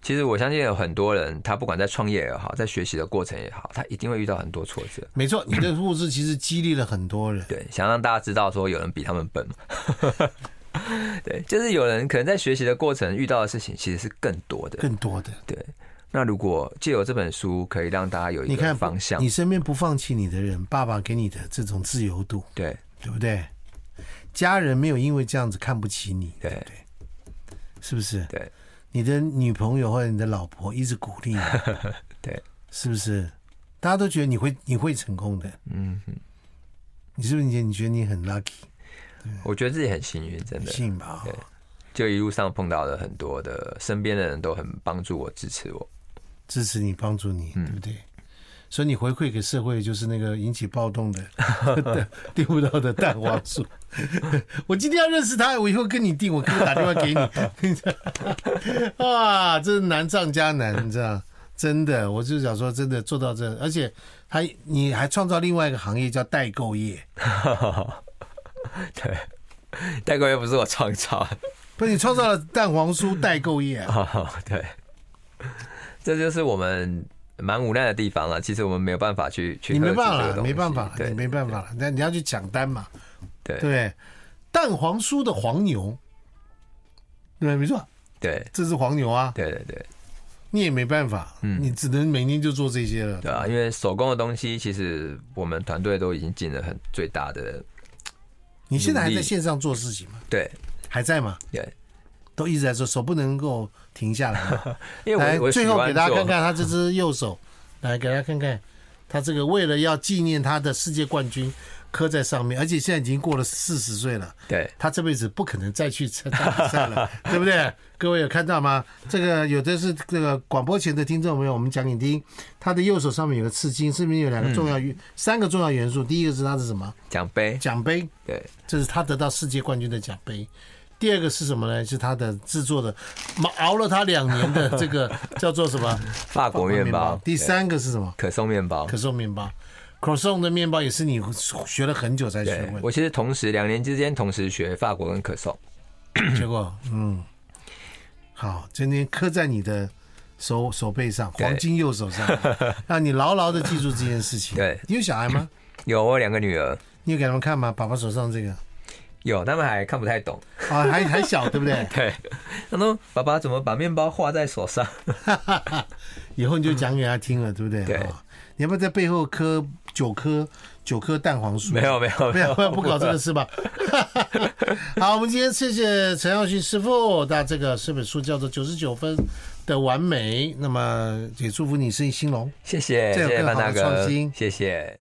[SPEAKER 2] 其实我相信有很多人，他不管在创业也好，在学习的过程也好，他一定会遇到很多挫折。
[SPEAKER 1] 没错，你的故事其实激励了很多人。
[SPEAKER 2] 对，想让大家知道说有人比他们笨嘛。 [LAUGHS] 对，就是有人可能在学习的过程遇到的事情其实是更多的。
[SPEAKER 1] 更多的，
[SPEAKER 2] 对，那如果借由这本书可以让大家有一
[SPEAKER 1] 你
[SPEAKER 2] 个
[SPEAKER 1] 看
[SPEAKER 2] 方向
[SPEAKER 1] 你，身边不放弃你的人，爸爸给你的这种自由度，
[SPEAKER 2] 对
[SPEAKER 1] 对不对？家人没有因为这样子看不起你，
[SPEAKER 2] 对
[SPEAKER 1] 是不是？
[SPEAKER 2] 对
[SPEAKER 1] 你的女朋友或者你的老婆一直鼓励你，
[SPEAKER 2] [LAUGHS] 对，
[SPEAKER 1] 是不是？大家都觉得你会你会成功的，
[SPEAKER 2] 嗯，
[SPEAKER 1] 你是不是你觉得你觉得你很 lucky
[SPEAKER 2] 我觉得自己很幸运，真的，
[SPEAKER 1] 幸运吧？
[SPEAKER 2] 对就一路上碰到了很多的身边的人都很帮助我、支持我。
[SPEAKER 1] 支持你，帮助你，
[SPEAKER 2] 嗯
[SPEAKER 1] 对不对？所以你回馈给社会就是那个引起暴动的 [LAUGHS] 订不到的蛋黄酥。 [LAUGHS] 我今天要认识他，我以后跟你订，我可以打电话给你。 [LAUGHS] 啊，这是难上加难，你知道？真的，我就想说，真的做到这，而且还你还创造另外一个行业叫代购业。
[SPEAKER 2] [LAUGHS] 对，代购又不是我创造的。
[SPEAKER 1] 不是你创造了蛋黄酥代购业
[SPEAKER 2] [LAUGHS]
[SPEAKER 1] 啊、
[SPEAKER 2] 哦，
[SPEAKER 1] [LAUGHS]
[SPEAKER 2] 对，这就是我们蛮无奈的地方了。其实我们没有办法去去
[SPEAKER 1] 你
[SPEAKER 2] 遏
[SPEAKER 1] 没
[SPEAKER 2] 制
[SPEAKER 1] 办
[SPEAKER 2] 这个
[SPEAKER 1] 法了，
[SPEAKER 2] 东
[SPEAKER 1] 没办
[SPEAKER 2] 西
[SPEAKER 1] 法了，
[SPEAKER 2] 对
[SPEAKER 1] 你没办法了。那你要去抢单嘛，
[SPEAKER 2] 对
[SPEAKER 1] 对不对？蛋黄酥的黄牛，对，没错，
[SPEAKER 2] 对
[SPEAKER 1] 这是黄牛啊，
[SPEAKER 2] 对对对
[SPEAKER 1] 你也没办法，
[SPEAKER 2] 嗯
[SPEAKER 1] 你只能每天就做这些了。
[SPEAKER 2] 对啊！因为手工的东西，其实我们团队都已经尽了很最大的
[SPEAKER 1] 你现在还
[SPEAKER 2] 努力
[SPEAKER 1] 在线上做事情吗？
[SPEAKER 2] 对
[SPEAKER 1] 还在吗？
[SPEAKER 2] 对，
[SPEAKER 1] 都一直在说手不能够停下来嘛。
[SPEAKER 2] [LAUGHS] 因为
[SPEAKER 1] 来
[SPEAKER 2] 我我喜
[SPEAKER 1] 最后给
[SPEAKER 2] 欢
[SPEAKER 1] 大家
[SPEAKER 2] 做
[SPEAKER 1] 看看他这只右手，来给大家看看，他这个为了要纪念他的世界冠军刻在上面，而且现在已经过了四十岁了。
[SPEAKER 2] 对
[SPEAKER 1] 他这辈子不可能再去参加比赛
[SPEAKER 2] [LAUGHS]
[SPEAKER 1] 了，对不对？各位有看到吗？这个有的是这个广播前的听众朋友，我们讲给你听，他的右手上面有个刺青，是不是有两个重要元、
[SPEAKER 2] 嗯
[SPEAKER 1] 三个重要元素？第一个是他是什么
[SPEAKER 2] 奖杯
[SPEAKER 1] 奖杯，
[SPEAKER 2] 对
[SPEAKER 1] 这是他得到世界冠军的奖杯。第二个是什么呢？是它的制作的，熬了它两年的这个叫做什么
[SPEAKER 2] 法国 [LAUGHS] 面包，
[SPEAKER 1] 第三个是什么？
[SPEAKER 2] 可颂面包
[SPEAKER 1] 可。颂面包，croissant 的面包也是你学了很久才学
[SPEAKER 2] 对
[SPEAKER 1] 会，
[SPEAKER 2] 我其实同时两年之间同时学法国跟可颂，
[SPEAKER 1] 的，结果嗯，好，今天刻在你的手手背上，
[SPEAKER 2] 对
[SPEAKER 1] 黄金右手
[SPEAKER 2] [LAUGHS]
[SPEAKER 1] 上，让你牢牢的记住这件事情。
[SPEAKER 2] 对
[SPEAKER 1] 你有小孩
[SPEAKER 2] [LAUGHS]
[SPEAKER 1] 吗？
[SPEAKER 2] 有我有两个女儿，
[SPEAKER 1] 你有给他们看吗？爸爸手上这个
[SPEAKER 2] 有他们还看不太懂，
[SPEAKER 1] 啊，还还小，对不
[SPEAKER 2] [LAUGHS]
[SPEAKER 1] 对？
[SPEAKER 2] 对，他说爸爸怎么把面包画在手上？
[SPEAKER 1] 以后你就讲给他听了，对不对？
[SPEAKER 2] 对
[SPEAKER 1] 啊你要不要在背后磕九颗九颗蛋黄酥？
[SPEAKER 2] 没有没有
[SPEAKER 1] 不
[SPEAKER 2] 没
[SPEAKER 1] 要
[SPEAKER 2] 有，
[SPEAKER 1] 不要不搞这个
[SPEAKER 2] [LAUGHS]
[SPEAKER 1] 事吧。好，我们今天谢谢陈耀旭师傅，那这个这本书叫做《九十九分的完美》，那么也祝福你生意兴隆。
[SPEAKER 2] 谢谢
[SPEAKER 1] 这有
[SPEAKER 2] 谢谢
[SPEAKER 1] 更
[SPEAKER 2] 范
[SPEAKER 1] 好的
[SPEAKER 2] 大
[SPEAKER 1] 创
[SPEAKER 2] 哥
[SPEAKER 1] 新，
[SPEAKER 2] 谢谢。